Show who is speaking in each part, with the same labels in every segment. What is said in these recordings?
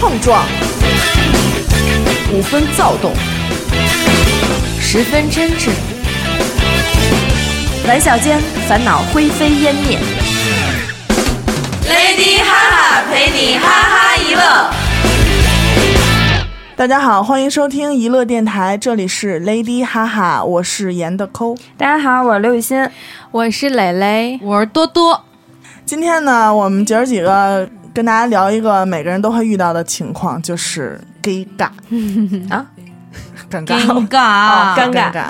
Speaker 1: 碰撞，五分躁动，十分真挚。玩笑间，烦恼灰飞烟灭。
Speaker 2: Lady 哈哈陪你哈哈一乐。
Speaker 3: 大家好，欢迎收听娱乐电台，这里是 Lady 哈哈，我是严的抠。
Speaker 4: 大家好，我是刘雨欣，
Speaker 5: 我是蕾蕾，
Speaker 4: 我是多多。
Speaker 3: 今天呢，我们姐儿几个跟大家聊一个每个人都会遇到的情况，就是尴尬
Speaker 4: 啊，
Speaker 3: 尴尬，
Speaker 4: 尴尬，
Speaker 3: 哦
Speaker 4: 尴
Speaker 3: 尬，
Speaker 4: 尬，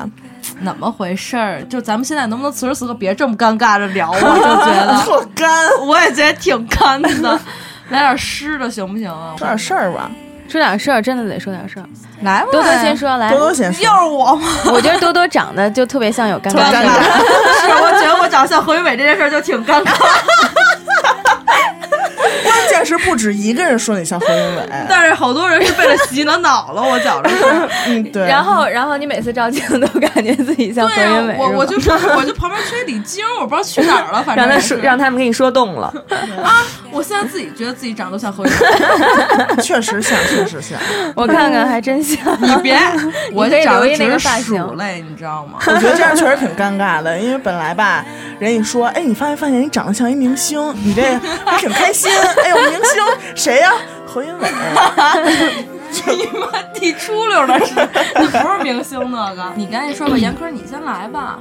Speaker 4: 怎么回事儿？就咱们现在能不能此时此刻别这么尴尬着聊 啊？我就觉得，
Speaker 3: 特呃干，
Speaker 4: 我也觉得挺干的， 来点湿的行不行啊？
Speaker 3: 说点事儿吧。
Speaker 5: 说点事儿，真的得说点事儿。
Speaker 4: 来吧，
Speaker 5: 多多先，说来
Speaker 3: 多，多先说
Speaker 4: 又，是我 吗？
Speaker 5: 我觉得多多长得就特别像有尴
Speaker 3: 特
Speaker 5: 尬
Speaker 3: 尴
Speaker 5: 症。
Speaker 3: 尬。
Speaker 4: 是，我觉得我长相何云伟这件事儿就挺尴尬，
Speaker 3: 关键是不止一个人说你像何云伟，
Speaker 4: 但是好多人是被了洗了脑了，我觉着是。
Speaker 3: 嗯，对。
Speaker 5: 然后，然后你每次照镜都感觉自己像何
Speaker 4: 对呀、
Speaker 5: 云伟，
Speaker 4: 我
Speaker 5: 是吧
Speaker 4: 我就 说，我就旁边缺李菁，我不知道去哪儿了，反正
Speaker 6: 让他
Speaker 4: 就
Speaker 6: 说，
Speaker 4: 是
Speaker 6: 让他们给你说动了。
Speaker 4: 我现在自己觉得自己长得都像何 云伟。
Speaker 3: 确实像，确实像。
Speaker 5: 我看看还真像。
Speaker 4: 你别，我
Speaker 5: 可以
Speaker 4: 长
Speaker 5: 留
Speaker 4: 得
Speaker 5: 意那
Speaker 4: 直
Speaker 5: 个发
Speaker 4: 属
Speaker 5: 型
Speaker 4: 类，你知道吗？
Speaker 3: 我觉得这样确实挺尴尬的，因为本来吧，人一说，哎，你发没发现你长得像一明星，你这还挺开心。哎呦，明星谁呀、何云伟。
Speaker 4: 你妈地出溜的 是，那不是明星那个。你赶紧说吧，严科，你先来吧。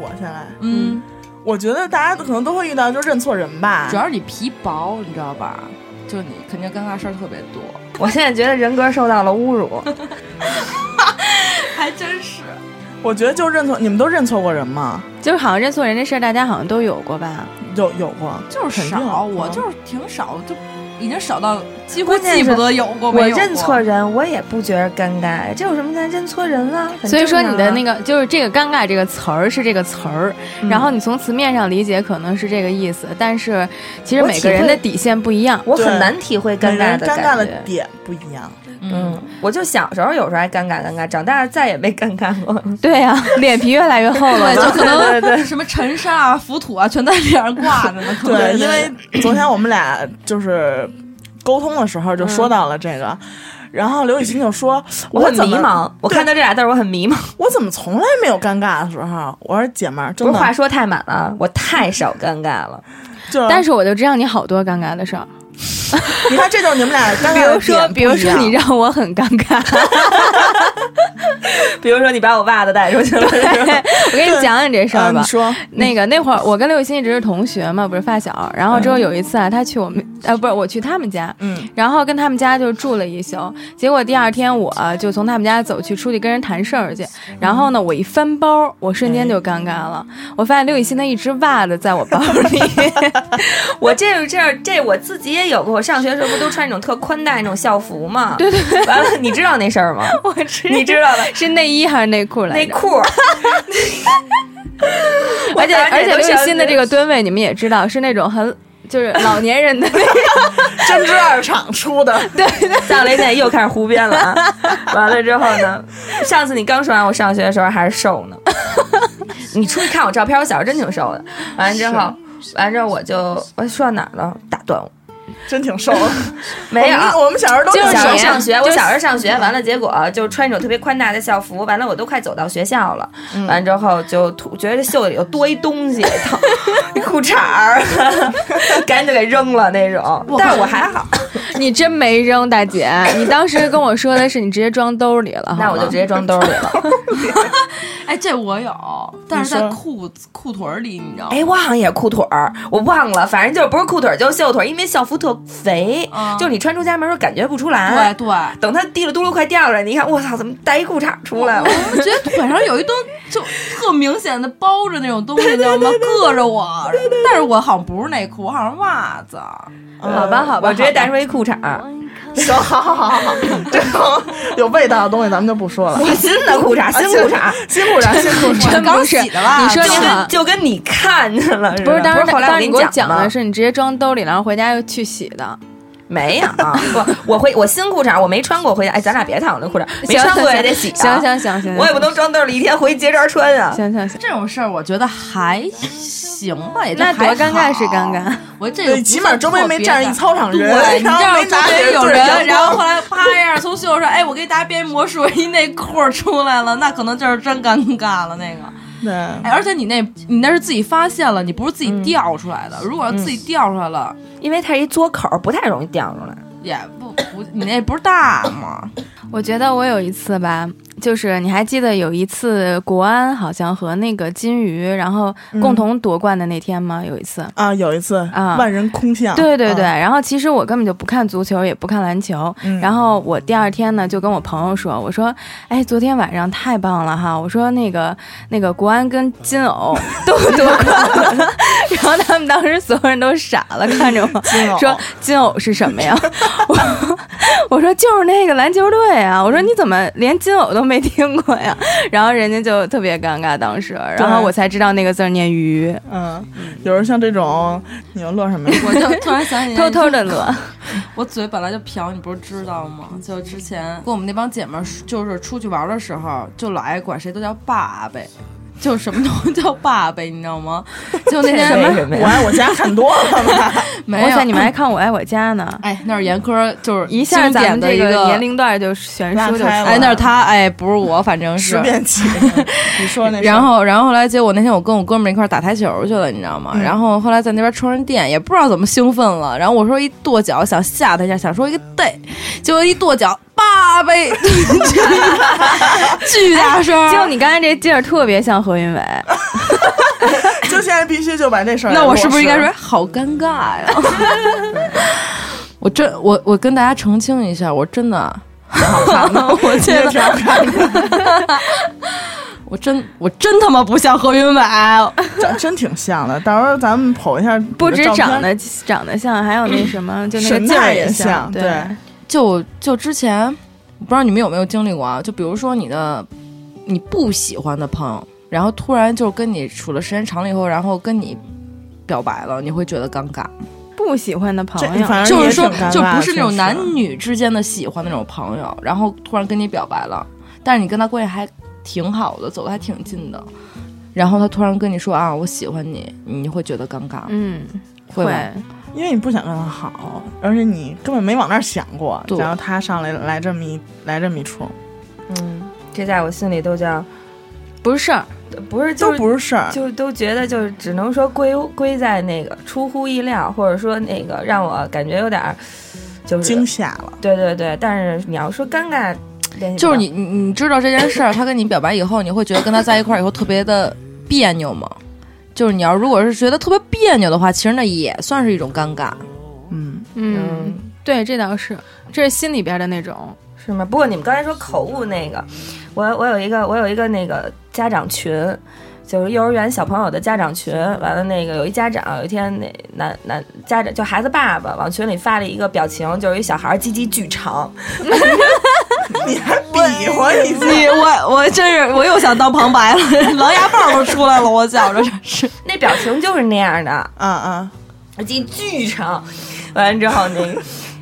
Speaker 3: 我先来，
Speaker 4: 嗯，
Speaker 3: 我觉得大家可能都会遇到，就认错人吧
Speaker 4: 主。要是你皮薄，你知道吧？就你肯定尴尬事儿特别多，
Speaker 6: 我现在觉得人格受到了侮辱，
Speaker 4: 还真是。
Speaker 3: 我觉得就认错，你们都认错过人吗？
Speaker 5: 就是好像认错人这事儿，大家好像都有过吧？
Speaker 3: 有有过，
Speaker 4: 就是
Speaker 3: 肯定有
Speaker 4: 少，我
Speaker 3: 嗯
Speaker 4: 就是挺少，就已经少到几乎
Speaker 6: 关键
Speaker 4: 记
Speaker 6: 是
Speaker 4: 不得有过
Speaker 6: 我
Speaker 4: 没有
Speaker 6: 认
Speaker 4: 过
Speaker 6: 错人，我也不觉得尴尬，这有什么难认错人了？很
Speaker 5: 所以说
Speaker 6: 正常
Speaker 5: 你的那
Speaker 6: 啊
Speaker 5: 个就是这个“尴尬”这个词儿是这个词儿，然后你从词面上理解可能是这个意思，但是其实
Speaker 6: 我
Speaker 5: 每
Speaker 6: 体
Speaker 5: 个人的
Speaker 6: 会
Speaker 5: 底线不一样。
Speaker 6: 我
Speaker 3: 对
Speaker 6: 很难体会尴
Speaker 3: 每个
Speaker 6: 尬
Speaker 3: 人
Speaker 6: 的
Speaker 3: 尴尬的
Speaker 6: 感觉。
Speaker 3: 点不一样。
Speaker 4: 嗯，
Speaker 6: 嗯，我就小时候有时候还尴尬尴尬，长大了再也没尴尬过。
Speaker 5: 对呀、 脸皮越来越厚了
Speaker 4: 对，就
Speaker 5: 嘛。
Speaker 4: 可能 什么尘沙啊、浮土啊，全在脸上挂着呢。可能
Speaker 3: 对，因为昨天我们俩就是沟通的时候就说到了这个，然后刘雨欣就说：“
Speaker 6: 我
Speaker 3: 我
Speaker 6: 很
Speaker 3: 怎
Speaker 6: 迷
Speaker 3: 么
Speaker 6: 茫，我
Speaker 3: 对
Speaker 6: 看到这俩字儿我很迷茫。
Speaker 3: 我怎么从来没有尴尬的时候？”我说：“姐们儿，
Speaker 6: 不
Speaker 3: 真
Speaker 6: 是话
Speaker 3: 的，
Speaker 6: 说太满了，我太少尴尬了。
Speaker 3: 就是
Speaker 5: 但是我就知道你好多尴尬的事儿，
Speaker 3: 你看，这就是你们 俩尴
Speaker 5: 比
Speaker 3: 尬的点
Speaker 5: 如说，
Speaker 3: 不
Speaker 5: 比如
Speaker 3: 一
Speaker 5: 说
Speaker 3: 样
Speaker 5: 你让我很尴尬，
Speaker 6: 比如说你把我袜子带出去了，
Speaker 5: 我给你讲讲这事
Speaker 3: 啊
Speaker 5: 儿
Speaker 3: 你
Speaker 5: 吧。
Speaker 3: 说
Speaker 5: 那个那会儿，我跟刘雨欣一直是同学嘛，不是发小。然后之后有一次啊，他去我们，呃，不是我去他们家，
Speaker 3: 嗯，
Speaker 5: 然后跟他们家就住了一宿。结果第二天我啊就从他们家走去出去跟人谈事儿去。然后呢，我一翻包，我瞬间就尴尬了。我发现刘雨欣的一只袜子在我包里，
Speaker 6: 我这这这我自己也有过，我上学的时候不都穿那种特宽大那种校服嘛？对对完了，你知道那 事儿吗？
Speaker 5: 我知
Speaker 6: 你知道的，
Speaker 5: 是内衣还是内裤来
Speaker 6: 内
Speaker 5: 着？
Speaker 6: 裤儿，
Speaker 5: 而且
Speaker 6: 我
Speaker 5: 而且
Speaker 6: 都
Speaker 5: 刘雨
Speaker 6: 想
Speaker 5: 欣的
Speaker 6: 起
Speaker 5: 这个吨位，你们也知道是那种很就是老年人的那
Speaker 3: 针织二厂出的，
Speaker 6: 到雷点又开始胡编了 啊！完了之后呢，上次你刚说完，我上学的时候还是瘦呢。 你出去看我照片，我小时候真挺瘦的。完了之后，完了之后我就我说到哪儿了？打断我，
Speaker 3: 真挺瘦的。
Speaker 6: 没有
Speaker 3: 我。们 我们小时候都
Speaker 5: 就
Speaker 3: 挺
Speaker 5: 是
Speaker 6: 小时
Speaker 3: 瘦
Speaker 6: 候
Speaker 5: 你
Speaker 6: 上学，
Speaker 5: 就
Speaker 6: 我
Speaker 5: 是
Speaker 6: 小时候上学，完了结果就穿一种特别宽大的校服，完了我都快走到学校了，完了之后就突觉得袖里有多一东西，疼裤衩儿， 赶紧就给扔了那种。但是我还好，
Speaker 5: 你真没扔，大姐，你当时跟我说的是你直接装兜里了，
Speaker 6: 那
Speaker 5: 好
Speaker 6: 我
Speaker 5: 吗
Speaker 6: 就直接装兜里了。
Speaker 4: 哎，这我有，但是在
Speaker 3: 你说
Speaker 4: 裤子裤腿儿里，你知道吗？
Speaker 6: 哎，我好像也是裤腿儿，我忘了，反正就是不是裤腿儿就是袖腿儿，因为校服特肥，
Speaker 4: 嗯
Speaker 6: 就是你穿出家门儿时候感觉不出来。
Speaker 4: 对对，我
Speaker 6: 等它滴了嘟噜快掉下来，你一看，我操，怎么带一裤衩出 来了？
Speaker 4: 就觉得腿上有一东，就特明显的包着那种东西，你知道吗？硌着我。但是我好像不是内裤，我好像是袜子。
Speaker 6: 嗯
Speaker 5: 好吧，好吧，
Speaker 6: 我直接
Speaker 5: 好吧
Speaker 6: 带出一裤衩儿，
Speaker 3: 行，好好好好 好，这种有味道的东西咱们就不说了。
Speaker 6: 新的裤衩，啊新裤衩，
Speaker 3: 辛苦点，辛苦点。
Speaker 5: 真
Speaker 4: 刚
Speaker 5: 不是，
Speaker 4: 洗的袜
Speaker 5: 你说
Speaker 6: 就
Speaker 5: 你好
Speaker 6: 跟。就跟你看见了似的。
Speaker 5: 不是，当时
Speaker 6: 后来
Speaker 5: 当时
Speaker 6: 给
Speaker 5: 你给
Speaker 6: 你
Speaker 5: 我讲
Speaker 6: 的
Speaker 5: 的是你直接装兜里，然后回家又去洗的。
Speaker 6: 没有，啊不，我回我新裤衩我没穿过回家，哎，咱俩别谈我那裤衩， 没穿过也得洗啊。
Speaker 5: 行行行行，
Speaker 6: 我也不能装兜里一天回去接着穿啊。
Speaker 5: 行行行，
Speaker 4: 这种事儿我觉得还行吧，也就
Speaker 5: 那多
Speaker 4: 还
Speaker 5: 尴尬
Speaker 4: 好
Speaker 5: 是尴尬。
Speaker 4: 我这个
Speaker 3: 对，起码周围没站着一操场
Speaker 4: 对，
Speaker 3: 人，
Speaker 4: 你知
Speaker 3: 然后
Speaker 4: 道
Speaker 3: 没
Speaker 4: 周
Speaker 3: 拿
Speaker 4: 围
Speaker 3: 着
Speaker 4: 有
Speaker 3: 对着阳
Speaker 4: 人，然
Speaker 3: 光
Speaker 4: 后后来啪一下从袖上，哎，我给大家变魔术一内裤出来了，那可能就是真尴尬了那个。
Speaker 3: 对
Speaker 4: 哎，而且你那，你那是自己发现了，你不是自己
Speaker 5: 嗯
Speaker 4: 掉出来的。如果要自己掉出来了，
Speaker 6: 因为它是一嘬口，不太容易掉出来。
Speaker 4: 也不不，你那不是大吗？
Speaker 5: 我觉得我有一次吧，就是你还记得有一次国安好像和那个金鱼，然后共同夺冠的那天吗？有一次。
Speaker 3: 啊，有一次
Speaker 5: 啊
Speaker 3: 万人空巷，
Speaker 5: 对对对，
Speaker 3: 啊
Speaker 5: 然后其实我根本就不看足球，也不看篮球。
Speaker 3: 嗯
Speaker 5: 然后我第二天呢，就跟我朋友说，我说，哎，昨天晚上太棒了哈！我说那个那个国安跟金偶 都夺冠了， 然后他们当时所有人都傻了，看着我
Speaker 3: 金偶
Speaker 5: 说金偶是什么呀？我 我说就是那个篮球队啊！我说你怎么连金偶都没听过呀？ 然后人家就特别尴尬，当时，然后
Speaker 3: 对
Speaker 5: 我才知道那个字儿念鱼，
Speaker 3: 嗯，有时候像这种，你又乐什么呀？
Speaker 4: 我就突然想起
Speaker 5: 偷偷的乐。
Speaker 4: 我嘴本来就瓢，你不是知道吗？就之前跟我们那帮姐妹儿，就是出去玩的时候，就老爱管谁都叫爸呗，就什么都 叫爸呗，你知道吗？就那天
Speaker 6: 这为什么
Speaker 3: 哎我
Speaker 6: 呀？
Speaker 3: 爱我家看多了吧？
Speaker 4: 没有，
Speaker 5: 哇塞，你们还看《我爱我家》呢？
Speaker 4: 哎，那是严科，就是
Speaker 5: 一下
Speaker 4: 经
Speaker 5: 咱
Speaker 4: 典
Speaker 5: 们
Speaker 4: 的
Speaker 5: 这
Speaker 4: 一
Speaker 5: 个年。龄段就悬殊就
Speaker 3: 拉开了
Speaker 4: 哎，那是他，哎，不是我，反正是
Speaker 3: 十。遍起， 你说那事儿
Speaker 4: 然后，然后后来，结果那天我跟我哥们儿一块儿打台球去了，你知道
Speaker 3: 嗯
Speaker 4: 吗？然后后来在那边充人电，也不知道怎么兴奋了。然后我说一跺脚想吓他一下，想说一个 day，结果一跺脚，叭 呗，巨大 声。
Speaker 5: 就你刚才这劲儿特别像何云伟，
Speaker 3: 就现在必须就把这事儿，
Speaker 4: 那我是不是应该说？好尴尬呀？我真我我跟大家澄清一下，我真的，我
Speaker 3: 你也
Speaker 4: 真
Speaker 3: 挺
Speaker 4: 的，
Speaker 3: 好看的，
Speaker 4: 我真我真他妈不像何云啊伟，
Speaker 3: 真真挺像的。到时候咱们剖一下你的照片，
Speaker 5: 不止长得长得像，还有那什么，就那个
Speaker 3: 神
Speaker 5: 劲儿
Speaker 3: 态也
Speaker 5: 像。
Speaker 3: 像，
Speaker 5: 对，
Speaker 3: 对，
Speaker 4: 就就之前，我不知道你们有没有经历过啊？就比如说你的你不喜欢的朋友，然后突然就跟你处了时间长了以后，然后跟你表白了，你会觉得尴尬。
Speaker 5: 不喜欢的朋
Speaker 3: 这
Speaker 5: 友，
Speaker 3: 反正
Speaker 4: 就
Speaker 3: 也
Speaker 4: 是说
Speaker 3: 挺尴，
Speaker 4: 就
Speaker 3: 尬
Speaker 4: 不是那
Speaker 3: 确
Speaker 4: 种
Speaker 3: 实
Speaker 4: 男女之间的喜欢那种朋友，然后突然跟你表白了，但是你跟他关系还挺好的，走的还挺近的，然后他突然跟你说啊，我喜欢你，你会觉得尴尬，
Speaker 5: 嗯，
Speaker 4: 会吧？
Speaker 3: 因为你不想跟他好，而且你根本没往那儿想过，
Speaker 4: 对
Speaker 3: 然后他上来来这么一来这么一出，
Speaker 6: 嗯，这在我心里都叫
Speaker 5: 不是事儿。
Speaker 6: 不是
Speaker 3: 都
Speaker 6: 就是
Speaker 3: 不是事儿。
Speaker 6: 就都觉得就是只能说归归在那个出乎意料，或者说那个让我感觉有点儿就是
Speaker 3: 惊吓了，
Speaker 6: 对对对，但是你要说尴尬，联
Speaker 4: 就
Speaker 6: 系不
Speaker 4: 是
Speaker 6: 到
Speaker 4: 你你你知道这件事儿，他跟你表白以后，你会觉得跟他在一块儿以后特别的别扭吗？就是你要如果是觉得特别别扭的话，其实那也算是一种尴尬。
Speaker 3: 嗯，
Speaker 5: 嗯，
Speaker 6: 嗯
Speaker 5: 对，这倒是，这是心里边的那种。
Speaker 6: 是吗？不过你们刚才说口误那个，我我有一个我有一个那个家长群。就是幼儿园小朋友的家长群，完了那个有一家长有一天那男男家长就孩子爸爸往群里发了一个表情，就是一小孩儿鸡鸡巨长，
Speaker 3: 你还比划一下，
Speaker 4: 你我我真是我又想当旁 白了，狼牙棒都出来了，我觉着这是。
Speaker 6: 那表情就是那样的，
Speaker 3: 啊啊，
Speaker 6: 记巨长，完了之后那，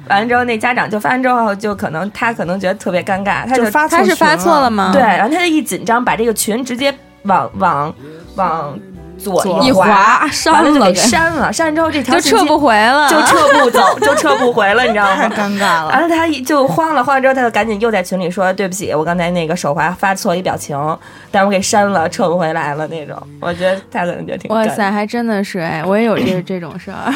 Speaker 6: 完了之后那家长就发完之后就可能他可能觉得特别尴尬，他就
Speaker 3: 就发错
Speaker 5: 他是发
Speaker 3: 群
Speaker 5: 错了吗？
Speaker 6: 对，，然后他就一紧张把这个群直接往往往左
Speaker 3: 左
Speaker 4: 一
Speaker 6: 滑，
Speaker 4: 滑删
Speaker 6: 完了就
Speaker 4: 了
Speaker 6: 给
Speaker 4: 给，
Speaker 6: 删了，删了之后这条
Speaker 5: 就
Speaker 6: 信息
Speaker 5: 撤不回了。
Speaker 6: 就撤不走，就撤不回了，你知道
Speaker 3: 太
Speaker 6: 吗？
Speaker 3: 尴尬
Speaker 6: 完
Speaker 3: 了，
Speaker 6: 了，他一就慌了，慌了之后，他就赶紧又在群里说：“对不起，我刚才那个手滑发错一表情，但是我给删了，撤不回来了那种。”我觉得他可能觉得挺
Speaker 5: 哇
Speaker 6: 尴尬
Speaker 5: 塞，还真的是哎，我也有这这种事儿。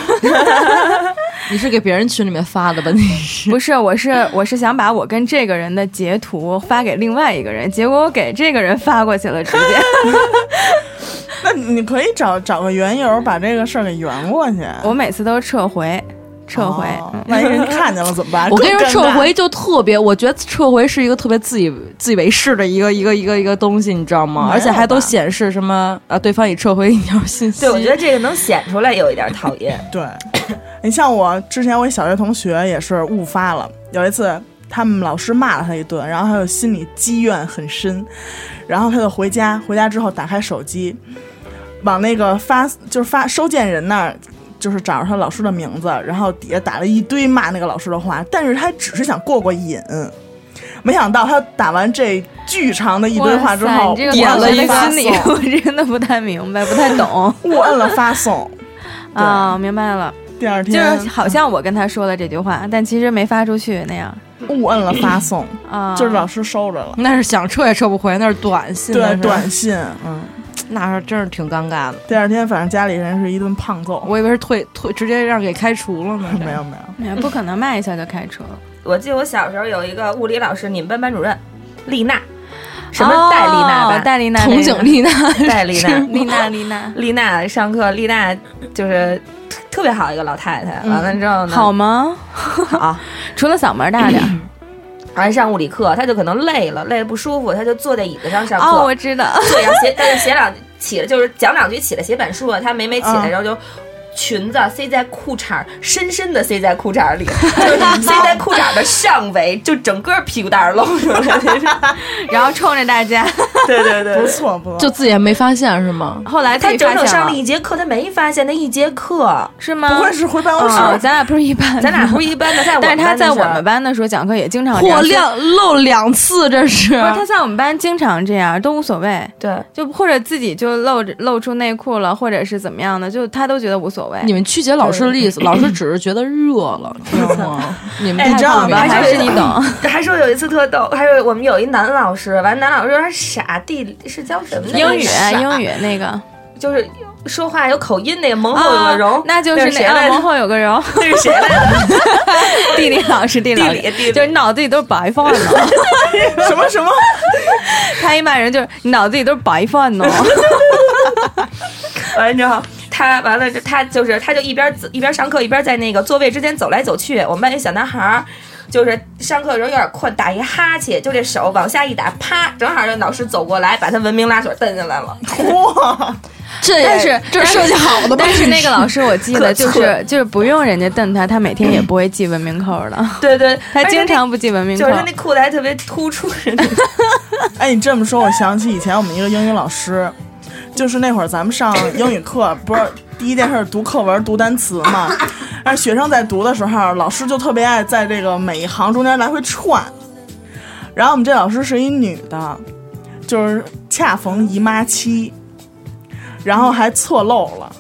Speaker 4: 你是给别人群里面发 的吧？你是
Speaker 5: 不是，我是我是想把我跟这个人的截图发给另外一个人，结果我给这个人发过去了，直接。
Speaker 3: 那你可以找找个缘由把这个事儿给圆过去，
Speaker 5: 我每次都撤回，撤回。嗯
Speaker 3: 哦万一人看见了怎么 办？
Speaker 4: 我跟你说，
Speaker 3: 更尴
Speaker 4: 撤
Speaker 3: 尬
Speaker 4: 回就特别，我觉得撤回是一个特别自以自以为是的一个一个一个一个东西，你知道吗？
Speaker 3: 没有
Speaker 4: 而且还都
Speaker 3: 吧
Speaker 4: 显示什么啊，对方已撤回一条信息。
Speaker 6: 对，我觉得这个能显出来有一点讨厌。
Speaker 3: 对， 你像我之前我一小学同学也是误发了，有一次他们老师骂了他一顿，然后他就心里积怨很深，然后他就回家，回家之后打开手机，往那个发就是发收件人那儿就是找着他老师的名字，然后底下打了一堆骂那个老师的话，但是他只是想过过瘾。没想到他打完这巨长的一堆话之后，
Speaker 5: 哇塞你这个
Speaker 3: 我按
Speaker 5: 老师的
Speaker 3: 发
Speaker 5: 心理，
Speaker 3: 送，
Speaker 5: 我真的不太明白，不太懂
Speaker 3: 我按了发送。对
Speaker 5: 啊，明白了，
Speaker 3: 第二
Speaker 5: 就
Speaker 3: 天
Speaker 5: 是好像我跟他说了这句话，但其实没发出去那样
Speaker 3: 误摁了发送，
Speaker 5: 啊，
Speaker 3: 就是老师收着了。
Speaker 4: 那是想撤也撤不回，那是短信，
Speaker 3: 对，
Speaker 4: 那嗯是
Speaker 3: 短，信，嗯，
Speaker 4: 那是真是挺尴尬的。
Speaker 3: 第二天反正家里人是一顿胖揍。
Speaker 4: 我以为是退退，直接让给开除了呢。
Speaker 3: 没有没有，
Speaker 5: 哎呀不可能骂一下就开除了。
Speaker 6: 我记得我小时候有一个物理老师，你们班班主任丽娜，什么戴丽娜吧，
Speaker 5: 哦戴丽娜，
Speaker 4: 同景丽娜，
Speaker 6: 戴丽娜，
Speaker 5: 丽娜，丽娜，
Speaker 6: 丽娜上课，丽娜就是特特别好一个老太太。完了之后呢，
Speaker 5: 嗯好吗？啊
Speaker 6: 好，
Speaker 5: 除了嗓门大点儿。
Speaker 6: 完了上物理课，她就可能累了，累得不舒服，她就坐在椅子上上课。
Speaker 5: 哦，我知道，
Speaker 6: 对，然后写，但是写两起了，就是讲两句起来写板书啊，他每每起
Speaker 5: 嗯
Speaker 6: 来，然后就。裙子塞在裤衩儿，深深的塞在裤衩 儿里，就是塞在裤衩儿的上围，就整个屁股蛋儿露出来。
Speaker 5: 然后冲着大家。
Speaker 6: 对对对
Speaker 3: 不错不错。
Speaker 4: 就自己也没发现是吗？
Speaker 5: 后来自
Speaker 6: 他
Speaker 5: 己
Speaker 6: 整
Speaker 5: 发
Speaker 6: 整
Speaker 5: 现
Speaker 6: 上了
Speaker 5: 了，
Speaker 6: 一节课，他没发现那一节课。
Speaker 5: 是吗？
Speaker 3: 不会是回办公室
Speaker 5: 哦，咱俩不是一班，
Speaker 6: 咱俩不是一般的，在我
Speaker 5: 但
Speaker 6: 们
Speaker 5: 是他
Speaker 6: 班
Speaker 5: 在
Speaker 6: 的时
Speaker 5: 我
Speaker 6: 候
Speaker 5: 们班的时候讲课也经常这样
Speaker 4: 火 亮漏两次，这是
Speaker 5: 啊不是他在我们班经常这样，都无所谓，
Speaker 6: 对
Speaker 5: 就或者自己就露着露出内裤了，或者是怎么样的，就他都觉得无所谓。
Speaker 4: 你们曲解老师的意思，老师只是觉得热了，知道吗？你们
Speaker 6: 哎
Speaker 4: 太
Speaker 3: 这样
Speaker 4: 不明
Speaker 3: 吧
Speaker 4: 白
Speaker 5: 还
Speaker 4: 了
Speaker 5: 是你 懂，
Speaker 6: 还说有一次特逗，还有我们有一男老师，完男老师他傻，地理是教什么的
Speaker 5: 英语啊
Speaker 6: 傻
Speaker 5: 英语那个
Speaker 6: 就是说话有口音那个蒙后有个
Speaker 5: 哦
Speaker 6: 柔，
Speaker 5: 那就是是
Speaker 6: 谁
Speaker 5: 那
Speaker 6: 来
Speaker 5: 啊
Speaker 6: 着
Speaker 5: 门？后有个 柔，
Speaker 6: 那是谁来着？
Speaker 5: 地理老师，地理老
Speaker 6: 地理地理
Speaker 5: 师，就是你脑子里都是白饭 呢。
Speaker 3: 什么什么？
Speaker 5: 他一骂人就是你脑子里都是白饭呢。
Speaker 6: 完了之后，他完了，他就是他就一边走一边上课，一边在那个座位之间走来走去。我们班一小男孩儿，就是上课的时候有点困，打一哈欠，就这手往下一打，啪，正好这老师走过来，把他文明拉锁蹬进来了。
Speaker 3: 哇，
Speaker 4: 这也
Speaker 5: 但是
Speaker 4: 这设计好的吧？
Speaker 5: 但是那个老师我记得就
Speaker 6: 可
Speaker 5: 是就是不用人家瞪他，他每天也不会系文明扣的，
Speaker 6: 对对，
Speaker 5: 他经常不系文
Speaker 6: 而
Speaker 5: 明扣
Speaker 6: 且那就是。他那裤子还特别突出。
Speaker 3: 哎，你这么说，我想起以前我们一个英语老师，就是那会儿咱们上英语课，不是第一件事儿读课文、读单词嘛。但是学生在读的时候，老师就特别爱在这个每一行中间来回串。然后我们这老师是一女的，就是恰逢姨妈期，然后还侧漏了。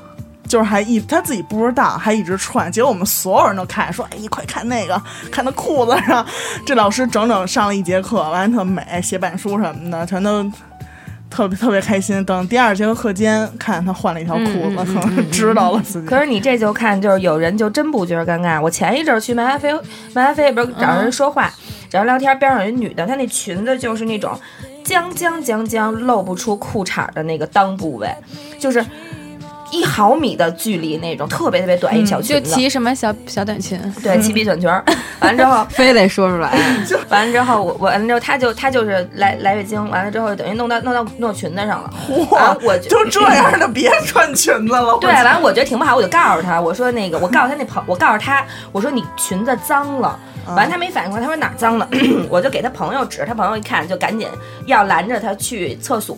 Speaker 3: 就是还一她自己不知道，还一直串，结果我们所有人都看，说：“哎，你快看那个，看她裤子上。”这老师整整上了一节课，完了特美，写板书什么的，全都特别特别开心。等第二节课间，看她换了一条裤
Speaker 6: 嗯
Speaker 3: 子，可能知道了自己。
Speaker 6: 可是你这就看，就是有人就真不觉得尴尬。我前一阵儿去麦咖啡，麦咖啡里边找人说话，找人聊天，边上有一女的，她那裙子就是那种将将将将露不出裤衩儿的那个裆部位，就是一毫米的距离那种，特别特别短一小
Speaker 5: 嗯就
Speaker 6: 裙子，
Speaker 5: 骑什么小小短裙，
Speaker 6: 对，齐臂短裙儿。完了之后，
Speaker 4: 非得说出来，
Speaker 6: 完了之后，我我完了之后，她就她就是来来月经，完了之后等于弄到弄到弄到裙子上了。
Speaker 3: 哇
Speaker 6: 啊，我就
Speaker 3: 就这样的，别穿裙子了。我
Speaker 6: 对，完了我觉得挺不好，我就告诉他，我说那个，我告诉他那朋，我告诉他，我说你裙子脏了，
Speaker 3: 嗯啊
Speaker 6: 完了他没反应过来，他说哪儿脏了， 我就给他朋友指，他朋友一看就赶紧要拦着他去厕所，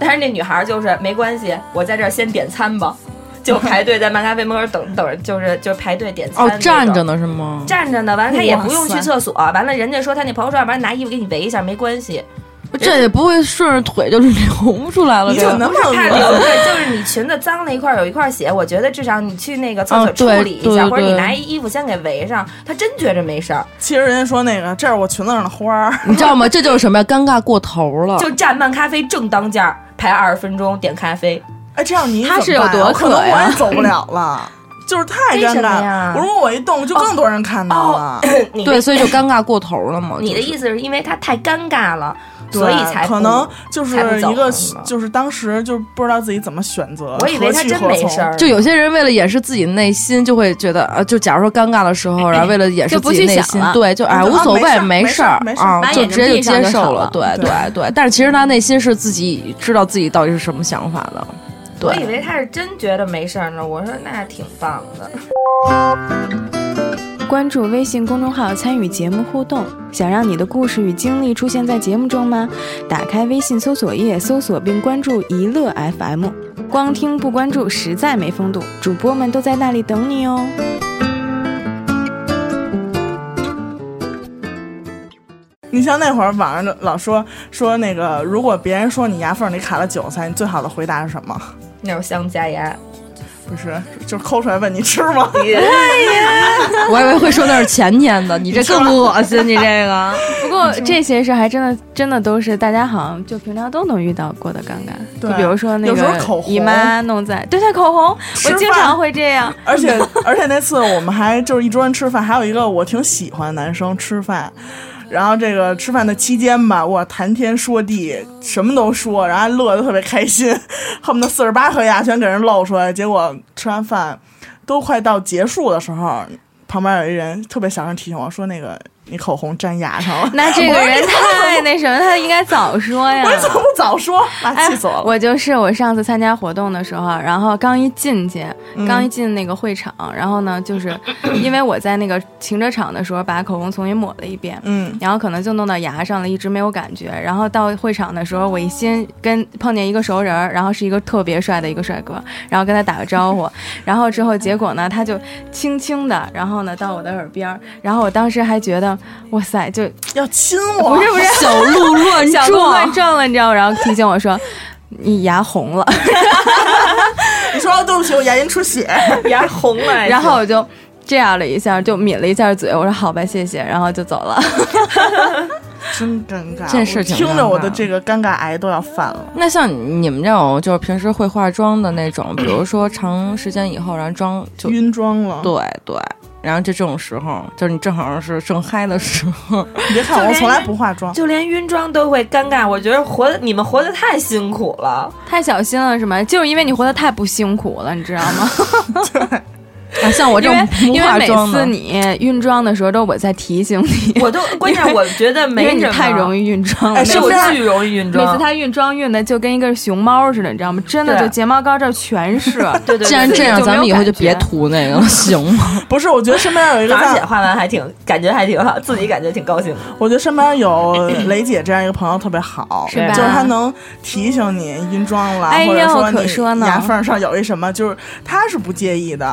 Speaker 6: 但是那女孩儿就是没关系，我在这儿先点餐吧，就排队在麦咖啡门口等等着，就是就是排队点餐
Speaker 4: 哦
Speaker 6: 那，种，
Speaker 4: 站着呢是吗？
Speaker 6: 站着呢，完了他也
Speaker 3: 哇
Speaker 6: 不用去
Speaker 3: 塞
Speaker 6: 厕所，完了人家说他那朋友说，要不然拿衣服给你围一下，没关系，
Speaker 4: 这也不会顺着腿就 流出来了，
Speaker 3: 你
Speaker 4: 这
Speaker 3: 怎
Speaker 4: 个
Speaker 3: 么那么
Speaker 6: 看
Speaker 3: 恶
Speaker 6: 留对，就是你裙子脏了一块儿有一块儿血，我觉得至少你去那个厕所
Speaker 4: 啊对
Speaker 6: 处理一下，
Speaker 4: 对
Speaker 6: 或者你
Speaker 4: 对
Speaker 6: 拿一衣服先给围上。他真觉着没事儿，
Speaker 3: 其实人家说那个，这是我裙子上的花儿。
Speaker 4: 你知道吗？这就是什么呀？尴尬过头了。
Speaker 6: 就站漫咖啡正当间儿排二十分钟点咖啡，
Speaker 3: 哎，这样你
Speaker 5: 他是
Speaker 3: 怎么办
Speaker 5: 有多
Speaker 3: 啊可能
Speaker 5: 渴呀
Speaker 3: 我也走不了 了，就是太
Speaker 6: 为
Speaker 3: 尴
Speaker 6: 什么
Speaker 3: 尬
Speaker 6: 呀哦
Speaker 3: 了。我如果我一动，就更多人看到了。
Speaker 6: 你的
Speaker 4: 对，所以就尴尬过头了嘛。
Speaker 6: 你的
Speaker 4: 就是
Speaker 6: 意思是因为他太尴尬了，
Speaker 3: 对
Speaker 6: 所以才不
Speaker 3: 可能就是
Speaker 6: 才不走
Speaker 3: 一个
Speaker 6: 是吗
Speaker 3: 就是当时就不知道自己怎么选择。
Speaker 6: 我以为他
Speaker 3: 何去
Speaker 6: 真
Speaker 3: 何
Speaker 6: 没
Speaker 3: 从
Speaker 6: 事儿，
Speaker 4: 就有些人为了掩饰自己内心，就会觉得呃，就假如说尴尬的时候，然后为了掩饰
Speaker 5: 就不
Speaker 4: 自己
Speaker 5: 去
Speaker 4: 内
Speaker 5: 想
Speaker 4: 心
Speaker 5: 了，
Speaker 4: 对，就哎
Speaker 3: 就
Speaker 4: 无
Speaker 3: 啊
Speaker 4: 所
Speaker 3: 没
Speaker 4: 谓，
Speaker 3: 事儿没事
Speaker 4: 儿
Speaker 3: 儿没事儿
Speaker 4: 啊，
Speaker 5: 把
Speaker 4: 就
Speaker 5: 眼睛
Speaker 4: 直接就
Speaker 5: 闭上
Speaker 4: 接
Speaker 5: 就
Speaker 4: 受
Speaker 5: 好
Speaker 4: 了
Speaker 5: 了，
Speaker 4: 对
Speaker 3: 对
Speaker 4: 对对。但是其实他内心是自己知道自己到底是什么想法的，
Speaker 6: 我以
Speaker 4: 对。
Speaker 6: 为他是真觉得没事儿呢。我说那挺棒的，
Speaker 5: 关注微信公众号参与节目互动。想让你的故事与经历出现在节目中吗？打开微信搜索页，搜索并关注“一乐 FM”，光听不关注实在没风度，主播们都在那里等你哦。
Speaker 3: 你像那会儿网上老说说那个，如果别人说你牙缝里卡了韭菜，你最好的回答是什么？
Speaker 6: 那种香加牙，
Speaker 3: 不是，就是抠出来问你吃吗？
Speaker 4: 我还以为会说那是前天的，你这更恶心，你这个。
Speaker 5: 不过这些事儿还真的真的都是大家好像就平常都能遇到过的尴尬，
Speaker 3: 对啊
Speaker 5: 就比如说那
Speaker 3: 有时候口
Speaker 5: 个
Speaker 3: 红
Speaker 5: 姨妈弄在，对她口红，
Speaker 3: 吃
Speaker 5: 我
Speaker 3: 饭
Speaker 5: 经常会这样。
Speaker 3: 而且 而且那次我们还就是一桌人吃饭，还有一个我挺喜欢的男生吃饭，然后这个吃饭的期间吧，哇，谈天说地，什么都说，然后还乐得特别开心，恨不得四十八颗牙全给人露出来。结果吃完饭都快到结束的时候，旁边有一人特别小声提醒我说：“那个你口红粘牙上了。”
Speaker 5: 那这个人太那什么，他应该早说呀。
Speaker 3: 我说怎么不早说？妈，
Speaker 4: 哎
Speaker 3: 气死我了！
Speaker 5: 我就是我上次参加活动的时候，啊然后刚一进去，
Speaker 3: 嗯
Speaker 5: 刚一进那个会场，然后 呢，就是因为我在那个停车场的时候把口红重新抹了一遍，
Speaker 3: 嗯，
Speaker 5: 然后可能就弄到牙上了，一直没有感觉。然后到会场的时候，我一先跟碰见一个熟人儿，然后是一个特别帅的一个帅哥，然后跟他打个 招呼，然后之后结果呢，他就轻轻的，然后呢到我的耳边儿，然后我当时还觉得哇塞，就
Speaker 3: 要亲我，
Speaker 5: 不是不是
Speaker 4: 小鹿乱
Speaker 5: 小鹿乱
Speaker 4: 撞，
Speaker 5: 撞了，你知道吗？然后提醒我说。你牙红了，
Speaker 3: 你说对不起，我牙龈出血。
Speaker 6: 牙红了。
Speaker 5: 然后我就这样了一下，就抿了一下嘴，我说好吧，谢谢，然后就走了。
Speaker 3: 真尴尬，
Speaker 4: 这事儿挺
Speaker 3: 我听着我的
Speaker 4: 尴尬
Speaker 3: 这个尴尬癌都要犯了。
Speaker 4: 那像你们这种就是平时会化妆的那种，比如说长时间以后，然后妆就
Speaker 3: 晕妆了。
Speaker 4: 对对，然后就这种时候，就是你正好是正嗨的时候，
Speaker 3: 你别看我，我从来不化妆。
Speaker 6: 就连晕妆都会尴尬，我觉得活你们活得太辛苦了。
Speaker 5: 太小心了是吗？就是因为你活得太不辛苦了，你知道吗？
Speaker 4: 啊，像我这
Speaker 5: 因
Speaker 4: 种
Speaker 5: 为
Speaker 4: 不
Speaker 5: 因为
Speaker 4: 化
Speaker 5: 每
Speaker 4: 妆
Speaker 5: 次
Speaker 4: 的，
Speaker 5: 你晕妆的时候，都是我啊在提醒你，
Speaker 6: 我都关键我觉 得
Speaker 5: 因为
Speaker 6: 没
Speaker 5: 你
Speaker 6: 什么，
Speaker 5: 太容易晕妆了。
Speaker 3: 哎
Speaker 5: 每
Speaker 6: 是啊
Speaker 5: 次
Speaker 6: 我
Speaker 5: 他
Speaker 6: 巨容易晕
Speaker 5: 每
Speaker 6: 妆。
Speaker 5: 次他晕妆晕的就跟一个熊猫似的，你知道吗？真的
Speaker 6: 对
Speaker 5: 就睫毛膏这儿全 是。
Speaker 6: 对对对，
Speaker 4: 既然
Speaker 5: 自己
Speaker 4: 这样，
Speaker 5: 就没
Speaker 4: 咱
Speaker 5: 有
Speaker 4: 们以
Speaker 5: 感
Speaker 4: 后就别
Speaker 5: 觉
Speaker 4: 涂那个 了，行吗？
Speaker 3: 不是，我觉得身边有一个
Speaker 6: 早上起来
Speaker 3: 在，
Speaker 6: 画完还挺感觉还挺好，自己感觉挺高兴的。
Speaker 3: 我觉得身边有 雷姐这样一个朋友特别好，
Speaker 5: 是吧
Speaker 3: 就是她能提醒你晕妆了，
Speaker 5: 哎呦
Speaker 3: 或者说
Speaker 5: 可说
Speaker 3: 你
Speaker 5: 呢
Speaker 3: 牙缝上有一什么，就是她是不介意的，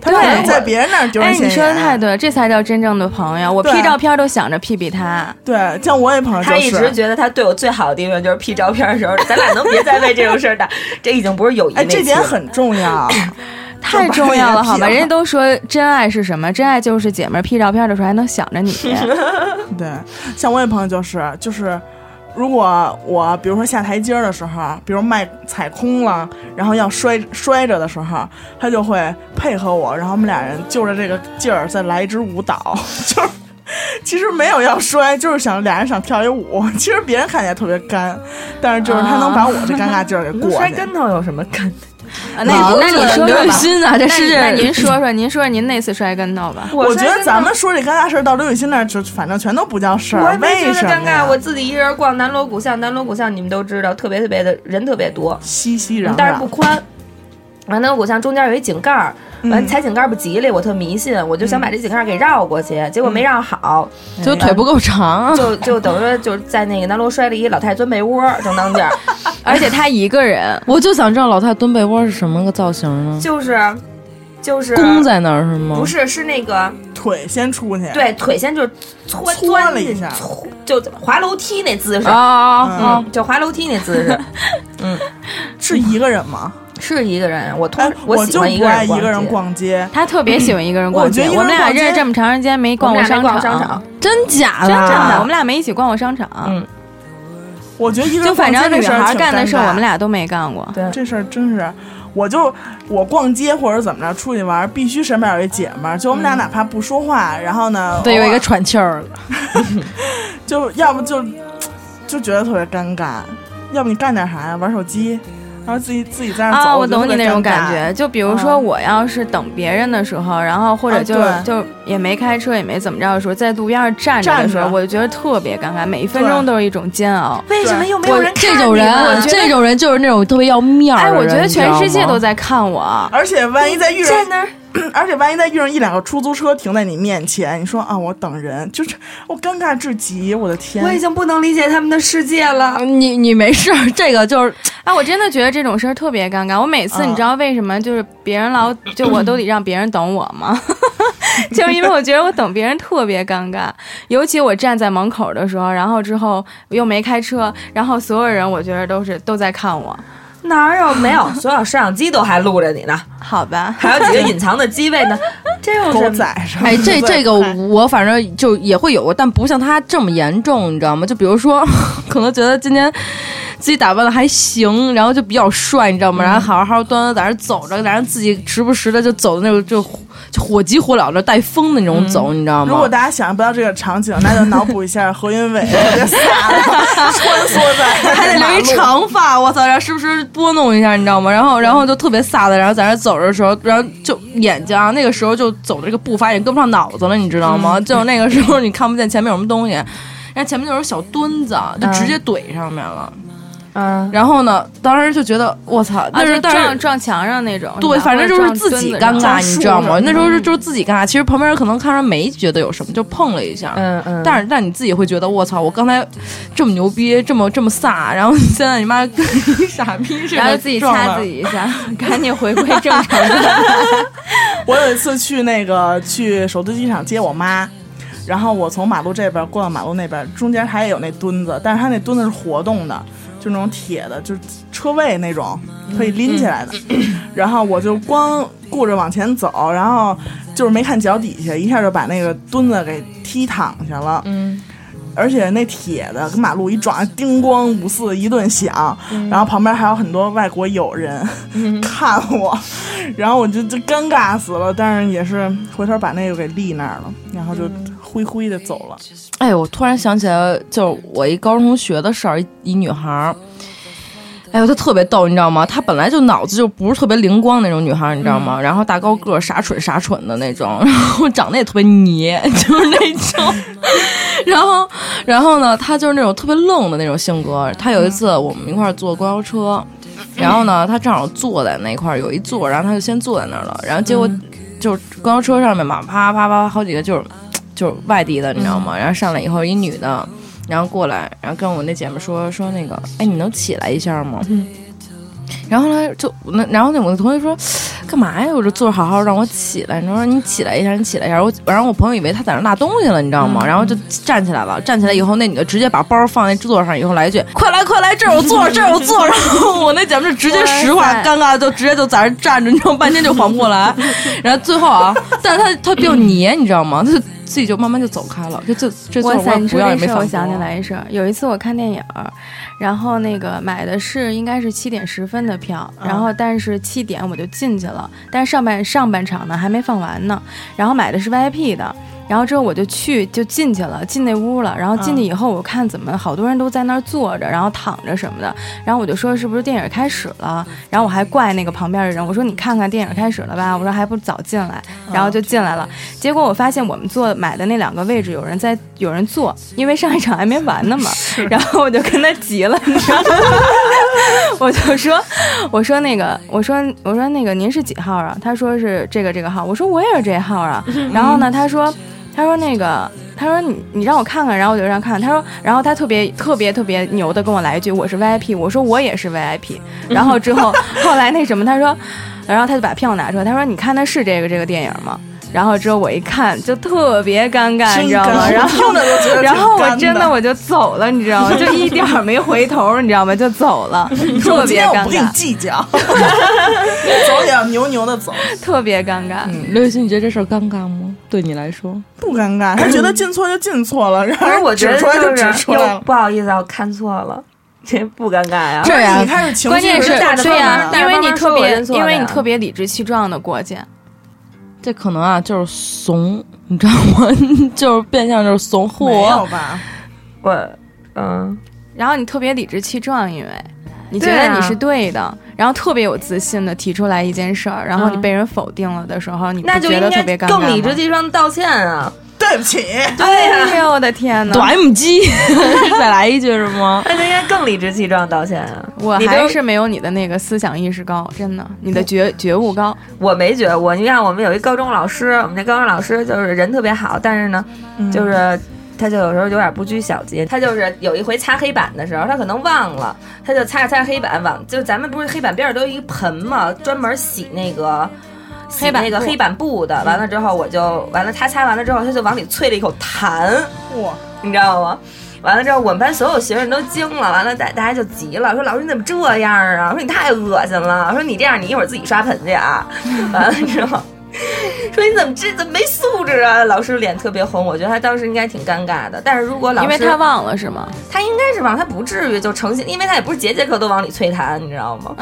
Speaker 3: 她
Speaker 5: 对
Speaker 3: 可能在别人那儿丢
Speaker 5: 哎，
Speaker 3: 人现眼。啊
Speaker 5: 你说的太对了，这才叫真正的朋友。我 P
Speaker 3: 对啊
Speaker 5: 照片都想着 P 比 他，
Speaker 3: 对，像我有朋友
Speaker 6: 他一
Speaker 3: 就
Speaker 6: 直
Speaker 3: 是。
Speaker 6: 觉得他对我最好的地方就是 P 照片的时候，咱俩能别再为这种事儿打，这已经不是友谊那
Speaker 3: 哎，
Speaker 6: 期了。
Speaker 3: 这点很重要。
Speaker 5: 太重要了，好吧？
Speaker 3: 就把人家 P 了
Speaker 5: 人家都说真爱是什么？真爱就是姐们儿 P 照片的时候还能想着你。
Speaker 3: 对，像我有朋友就是就是，如果我比如说下台阶儿的时候，啊比如迈踩空了，然后要摔摔着的时候，啊他就会配合我，然后我们俩人就着这个劲儿再来一支舞蹈， 就是。其实没有要摔，就是想俩人想跳一舞。 其实别人看起来特别干，但是就是他能把我这尴尬劲儿 给过
Speaker 6: 能啊摔
Speaker 3: 去。
Speaker 6: 跟头有什么跟？
Speaker 5: 啊那你那你说说
Speaker 4: 刘雨
Speaker 5: 吧。
Speaker 4: 欣啊，这
Speaker 5: 那
Speaker 4: 世
Speaker 5: 你那
Speaker 4: 界
Speaker 5: 您说说，您说说您那次摔跟头吧。
Speaker 3: 我觉得咱们说这尴尬事儿到刘雨欣那儿，就反正全都不叫事
Speaker 6: 我
Speaker 3: 儿
Speaker 6: 还。没
Speaker 3: 为
Speaker 6: 觉
Speaker 3: 什
Speaker 6: 得
Speaker 3: 么
Speaker 6: 尴
Speaker 3: 呀
Speaker 6: 尬，我自己一人逛南锣鼓巷，南锣鼓巷你们都知道，特别特别的人特别多，
Speaker 3: 熙熙攘攘，
Speaker 6: 但是嗯啊不宽。完，南锣鼓巷中间有一井盖儿，完
Speaker 3: 嗯
Speaker 6: 踩井盖儿不吉利，我特迷信，我就想把这井盖儿给绕过去，结果没绕好，
Speaker 4: 就腿不 够长，啊
Speaker 6: 就就等于说就是在那个南锣摔了一老太太钻被窝儿正当间儿，
Speaker 5: 而且他一 个人，
Speaker 4: 我就想知道老太蹲被窝是什么个造型呢？
Speaker 6: 就是就是
Speaker 4: 弓在那儿是吗？
Speaker 6: 不，是是那个
Speaker 3: 腿先出去。
Speaker 6: 对腿先就
Speaker 3: 搓
Speaker 6: 搓钻
Speaker 3: 了一
Speaker 6: 进
Speaker 3: 下
Speaker 6: 搓就怎么滑楼梯那姿势
Speaker 4: 哦，哦
Speaker 3: 嗯
Speaker 4: 哦，
Speaker 6: 嗯，就滑楼梯那姿势
Speaker 3: 是一个人 吗？
Speaker 6: 是一个人，我通
Speaker 3: 哎，
Speaker 6: 我喜
Speaker 3: 就
Speaker 6: 欢一
Speaker 3: 不
Speaker 6: 个
Speaker 3: 爱
Speaker 6: 人
Speaker 3: 一个人
Speaker 6: 街
Speaker 3: 逛街。
Speaker 5: 他特别喜欢一个人逛街。
Speaker 3: 我觉得一
Speaker 5: 我
Speaker 3: 个人
Speaker 5: 们俩
Speaker 3: 逛街
Speaker 5: 认识这么长时间没
Speaker 6: 我
Speaker 5: 逛
Speaker 6: 们
Speaker 5: 过
Speaker 6: 俩
Speaker 5: 商
Speaker 6: 没逛商场，
Speaker 4: 真假
Speaker 5: 真
Speaker 4: 的？
Speaker 5: 真
Speaker 3: 啊
Speaker 5: 的，我们俩没一起逛过商场
Speaker 6: 嗯。
Speaker 3: 我觉得一个人
Speaker 5: 就反正
Speaker 3: 逛街
Speaker 5: 女
Speaker 3: 这事儿
Speaker 5: 孩
Speaker 3: 挺
Speaker 5: 干的
Speaker 3: 尴
Speaker 5: 事儿，
Speaker 3: 尬
Speaker 5: 我们俩都没干过。
Speaker 6: 对
Speaker 3: 这事儿真是，我就我逛街或者怎么着出去玩儿，必须身边有一姐们儿，就我们
Speaker 5: 嗯
Speaker 3: 俩哪怕不说话，然后呢，偶
Speaker 4: 对，有一
Speaker 3: 尔
Speaker 5: 啊
Speaker 4: 个喘气儿的，
Speaker 3: 就要不就就觉得特别尴尬，要不你干点啥呀？玩手机，然后自己自己在那儿走，
Speaker 5: 啊，我
Speaker 3: 觉得
Speaker 5: 懂
Speaker 3: 特
Speaker 5: 你
Speaker 3: 别
Speaker 5: 那种
Speaker 3: 尴
Speaker 5: 感
Speaker 3: 尬。嗯
Speaker 5: 觉。就比如说，我要是等别人的时候，然后或者
Speaker 3: 啊
Speaker 5: 就
Speaker 3: 对
Speaker 5: 就也没开车，也没怎么着的时候，在路边上站着的时
Speaker 3: 站
Speaker 5: 候，
Speaker 3: 着
Speaker 5: 我就觉得特别尴尬，每一分
Speaker 3: 对
Speaker 5: 钟都是一种煎熬。
Speaker 6: 为什么又没有人看
Speaker 4: 这种
Speaker 6: 你呢
Speaker 4: 人，啊这种人就是那种特别要面儿
Speaker 5: 哎，
Speaker 4: 的人。
Speaker 5: 我觉得全世界都
Speaker 4: 在
Speaker 5: 在看我。
Speaker 3: 而且万一再遇
Speaker 6: 站
Speaker 3: 上
Speaker 6: 那儿
Speaker 3: 而且万一再遇上一两个出租车停在你面前，你说啊我等人，就是我尴尬至极，我的天！
Speaker 6: 我已经不能理解他们的世界了。
Speaker 4: 你你没事儿，这个就是
Speaker 5: 哎，我真的觉得这种事儿特别尴尬。我每次
Speaker 3: 嗯
Speaker 5: 你知道为什么就是别人老就我都得让别人等我吗？ 就是因为我觉得我等别人特别尴尬，尤其我站在门口的时候，然后之后又没开车，然后所有人我觉得都是都在看我，
Speaker 6: 哪有没有？所有摄像机都还录着你呢，
Speaker 5: 好吧？
Speaker 6: 还有几个隐藏的机位呢。这有
Speaker 3: 狗
Speaker 6: 什么？
Speaker 3: 仔是吧？
Speaker 4: 哎，这这个我反正就也会有过，但不像他这么严重，你知道吗？就比如说， 可能觉得今天自己打扮的还行，然后就比较帅，你知道吗？
Speaker 3: 嗯
Speaker 4: 然后好好端端在那儿走着，然后自己时不时的就走的那种就火就火急火燎的带风的那种走，你知道
Speaker 3: 嗯
Speaker 4: 吗？
Speaker 3: 如果大家想不到这个场景，那就脑补一下何云伟 特别飒的穿梭在，
Speaker 4: 还得留一。长发，我操！然后时不时拨弄一下，你知道吗？然后，然后就特别飒的，然后在那儿走着的时候，然后就眼睛啊，那个时候就走的这个步伐也跟不上脑子了，你知道吗？就那个时候你看不见前面有什么东西，然后前面就是小墩子，就直接怼上面了。
Speaker 6: 嗯，
Speaker 4: 然后呢，当时就觉得我操，那时候
Speaker 5: 啊就
Speaker 4: 但
Speaker 5: 撞
Speaker 4: 是。
Speaker 5: 撞墙上那种，
Speaker 4: 对，
Speaker 5: 吧
Speaker 4: 反正就
Speaker 5: 或
Speaker 4: 是
Speaker 5: 者
Speaker 4: 自
Speaker 5: 撞
Speaker 4: 己
Speaker 5: 墩子啊上
Speaker 4: 尴尬，你知道吗？
Speaker 3: 嗯
Speaker 4: 那时候是就是自己尴尬，其实旁边人可能看着没觉得有什么，就碰了一下。
Speaker 6: 嗯嗯
Speaker 4: 但是但你自己会觉得，我操，我刚才这么牛逼，这么这么飒，然后现在你 妈跟一傻逼似
Speaker 5: 然后
Speaker 4: 的。
Speaker 5: 自己
Speaker 3: 撞
Speaker 5: 掐
Speaker 3: 了
Speaker 5: 自己一下，赶紧回归正常的。
Speaker 3: 我有一次去那个去首都机场接我妈。然后我从马路这边过到马路那边，中间它也有那墩子，但是它那墩子是活动的，就那种铁的，就是车位那种可以拎起来的。然后我就光顾着往前走，然后就是没看脚底下，一下就把那个墩子给踢躺下了。
Speaker 6: 嗯，
Speaker 3: 而且那铁的跟马路一撞，叮咣五四一顿响，然后旁边还有很多外国友人、 看我，然后我就就尴尬死了，但是也是回头把那个给立那儿了，然后就灰灰的走了。
Speaker 4: 哎，我突然想起来，就是我一高中同学的事儿，一一女孩儿。哎呦，她特别逗，你知道吗？她本来就脑子就不是特别灵光那种女孩儿，你知道
Speaker 5: 嗯
Speaker 4: 吗？然后大高个儿，傻蠢傻蠢的那种，然后长得也特别泥， 就是那种。然后，然后呢，她就是那种特别愣的那种性格。她
Speaker 5: 嗯
Speaker 4: 有一次我们一块儿坐公交车，然后呢，她正好坐在那块儿有一座，然后她就先坐在那儿了。然后结果就是公交车上面嘛，啪啪啪，好几个就是就是外地的，你知道吗？然后上来以后，一女的，然后过来，然后跟我那姐们说说那个，哎，你能起来一下吗？然后呢，就那，然后那我的同学说，干嘛呀？我这坐着好好让我起来，你说你起来一下，你起来一下。我然后我朋友以为他在那落东西了，你知道吗？然后就站起来了，站起来以后，那女的直接把包放在桌子上，以后来一句，快来快来，这儿我坐着，这儿我坐着。然后我那姐们就直接实话
Speaker 5: 哇塞
Speaker 4: 尴尬，就直接就在那儿站着，你知道吗，半天就缓不过 来。然后最后啊， 但是她她比较黏，你知道吗？她就自己就慢慢就走开了，就就这座
Speaker 5: 哇塞，
Speaker 4: 我
Speaker 5: 你
Speaker 4: 也不
Speaker 5: 说
Speaker 4: 要也
Speaker 5: 这
Speaker 4: 没
Speaker 5: 事
Speaker 4: 反
Speaker 5: 儿，我
Speaker 4: 驳。
Speaker 5: 想起来一事儿。有一次我看电影儿，然后那个买的是应该是七点十分的票，然
Speaker 4: 嗯
Speaker 5: 后但是七点我就进去了，但是上半上半场呢还没放完呢，然后买的是 VIP 的。然后之后我就去就进去了，进那屋了。然后进去
Speaker 4: 嗯
Speaker 5: 以后，我看怎么好多人都在那儿坐着，然后躺着什么的。然后我就说是不是电影开始了？然后我还怪那个旁边的人，我说你看看电影开始了吧？我说还不早进来，
Speaker 4: 嗯
Speaker 5: 然后就进来了。结果我发现我们坐买的那两个位置有人在有人坐，因为上一场还没完呢嘛。然后我就跟他急了，你知道吗？ 我就说，我说那个，我说我说那个您是几号啊？他说是这个这个号。我说我也是这号啊。然后呢，他说他说那个。他说你你让我看看，然后我就让他看。他说，然后他特别特别特别牛的跟我来一句我是 VIP，我说我也是 VIP。然后之后后来那什么，他说，然后他就把票拿出来，他说你看的是这个这个电影吗？然后之后我一看就特别尴尬，你知道吗？
Speaker 3: 真尴尬
Speaker 5: 嗯然后
Speaker 3: 听着都觉得挺
Speaker 5: 然后
Speaker 3: 干
Speaker 5: 我真的
Speaker 3: 的
Speaker 5: 我就走了，你知道吗？就一点儿没回头，你知道吗？就走 了，特
Speaker 3: 今
Speaker 5: 别
Speaker 3: 天我
Speaker 5: 尴
Speaker 3: 不跟你
Speaker 5: 尬，
Speaker 3: 计 较，走也要牛牛的走，
Speaker 5: 特别尴尬。
Speaker 4: 嗯，刘雨欣，你觉得这事儿尴尬吗？对你来说，
Speaker 3: 不尴尬。他觉
Speaker 5: 嗯
Speaker 3: 得进错就进错了，然
Speaker 6: 不是，
Speaker 3: 后
Speaker 6: 我觉
Speaker 3: 指
Speaker 6: 得
Speaker 3: 出来就
Speaker 6: 就
Speaker 3: 指
Speaker 6: 是
Speaker 3: 出来
Speaker 6: 又
Speaker 3: 了。
Speaker 6: 不好意思啊，我看错了，这不尴尬呀。
Speaker 4: 这样
Speaker 3: 你开始情绪
Speaker 5: 啊关键
Speaker 3: 是
Speaker 5: 是
Speaker 6: 大着
Speaker 5: 对呀
Speaker 6: 放着
Speaker 5: 因为
Speaker 6: 大着
Speaker 5: 你
Speaker 6: 放着
Speaker 5: 特
Speaker 6: 说我
Speaker 5: 别
Speaker 6: 认，错
Speaker 5: 因
Speaker 6: 了
Speaker 5: 为
Speaker 6: 呀
Speaker 5: 你特别理直气壮的过去，
Speaker 4: 这可能啊，就是怂，你知道吗？ 就是变相就是怂
Speaker 3: 没有
Speaker 4: 货。
Speaker 3: 吧？
Speaker 6: 我嗯，
Speaker 5: 然后你特别理直气壮，因为你觉
Speaker 6: 对
Speaker 5: 得
Speaker 6: 啊
Speaker 5: 你是对的，然后特别有自信的提出来一件事儿，然后你
Speaker 6: 嗯
Speaker 5: 被人否定了的时候，你不
Speaker 6: 那就
Speaker 5: 觉
Speaker 6: 应
Speaker 5: 得特
Speaker 6: 该
Speaker 5: 别尴尬
Speaker 6: 更理
Speaker 5: 吗
Speaker 6: 直气壮地道歉啊。
Speaker 3: 对不 起，
Speaker 6: 对呀、
Speaker 5: 哎呦我的天 哪！
Speaker 4: 短母鸡，再来一句是吗？
Speaker 6: 那他应该更理直气壮道歉啊！
Speaker 5: 我
Speaker 6: 你
Speaker 5: 还
Speaker 6: 都
Speaker 5: 是没有你的那个思想意识高，真的，你的觉觉悟高。
Speaker 6: 我没觉得，我你看我们有一高中老师，我们那高中老师就是人特别好，但是呢，
Speaker 5: 嗯
Speaker 6: 就是。他就有时候有点不拘小节，他就是有一回擦黑板的时候，他可能忘了，他就擦着擦着黑板往，就咱们不是黑板边上都有一个盆嘛，专门洗那个洗
Speaker 5: 黑板
Speaker 6: 那个
Speaker 5: 布
Speaker 6: 黑板布的。完了之后，我就完了，他擦完了之后，他就往里啐了一口痰。
Speaker 3: 嗯哇，
Speaker 6: 你知道吗？完了之后，我们班所有学生都惊了，完了大大家就急了，说老师你怎么这样啊？说你太恶心了，说你这样你一会儿自己刷盆去啊。 完了之后，说你怎么这怎么没素质啊？老师脸特别红，我觉得他当时应该挺尴尬的。但是如果老师
Speaker 5: 因为他忘了是吗？
Speaker 6: 他应该是忘，他不至于就诚心，因为他也不是节节课都往里啐痰，你知道 吗？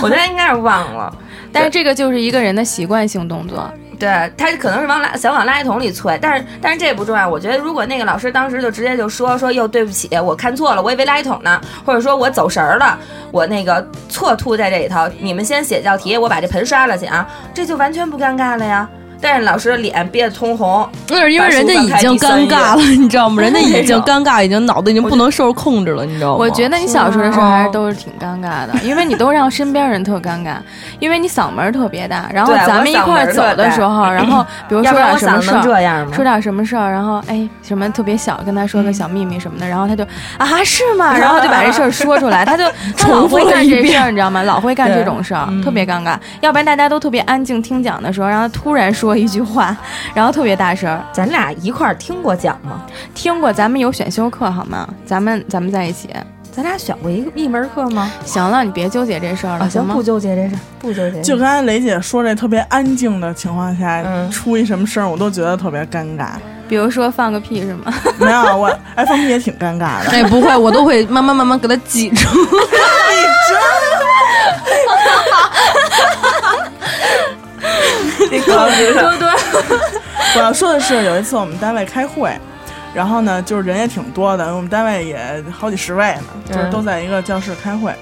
Speaker 6: 我觉得他应该是忘了。
Speaker 5: 但是这个就是一个人的习惯性动作，
Speaker 6: 对他可能是往垃想往垃圾桶里催，但是但是这也不重要。我觉得如果那个老师当时就直接就说说哟对不起，我看错了，我以为垃圾桶呢，或者说我走神儿了，我那个错吐在这里头，你们先写道题，我把这盆刷了去啊，这就完全不尴尬了呀。但是老师脸憋得通红，
Speaker 4: 那是因为人家已经尴尬了，你知道吗？人 家已经尴尬，已经脑子已经不能受控制了，你知
Speaker 6: 哦
Speaker 4: 道吗？
Speaker 5: 我觉得你小时候的时候
Speaker 4: 是啊
Speaker 5: 还是都是挺尴尬的，因为你都让身边人特尴尬，因为你嗓门儿特别大。然后
Speaker 6: 对
Speaker 5: 咱们一块
Speaker 6: 我嗓门儿
Speaker 5: 儿走
Speaker 6: 特
Speaker 5: 的
Speaker 6: 大
Speaker 5: 时 候，然后比如
Speaker 6: 要
Speaker 5: 说
Speaker 6: 不然我
Speaker 5: 点什
Speaker 6: 嗓
Speaker 5: 么
Speaker 6: 子
Speaker 5: 事
Speaker 6: 能
Speaker 5: 儿，
Speaker 6: 这样吗
Speaker 5: 说？点什么事儿，然后哎什么特别小，跟他说个小秘密什么的，然后他就啊是吗？
Speaker 6: 嗯
Speaker 5: 然后就把这事儿说出 来，他就他老
Speaker 4: 重复
Speaker 5: 会
Speaker 4: 了
Speaker 5: 干
Speaker 4: 一
Speaker 5: 这事
Speaker 4: 遍
Speaker 5: 儿，你知道吗？老会干这种事儿，
Speaker 6: 嗯
Speaker 5: 特别尴尬。要不然大家都特别安静听讲的时候，然后突然说一句话，然后特别大声儿。
Speaker 6: 咱俩一块儿听过讲吗？
Speaker 5: 听过咱们有选修课好吗？咱们咱们在一起。
Speaker 6: 咱俩选过一个一门课吗？
Speaker 5: 行了，你别纠结这事儿了，
Speaker 6: 啊，行，
Speaker 5: 吗
Speaker 6: 不？纠结这事儿，不纠结这事儿。
Speaker 3: 就刚才雷姐说这特别安静的情况下，
Speaker 6: 嗯
Speaker 3: 出一什么声儿我都觉得特别尴尬。
Speaker 5: 比如说放个屁是吗？
Speaker 3: 没有我，哎，放屁也挺尴 尬的。
Speaker 4: 哎，不会，我都会慢慢慢慢给它挤住。
Speaker 6: 多多
Speaker 3: 我要说的是，有一次我们单位开会，然后呢，就是人也挺多的，我们单位也好几十位呢，就是都在一个教室开会。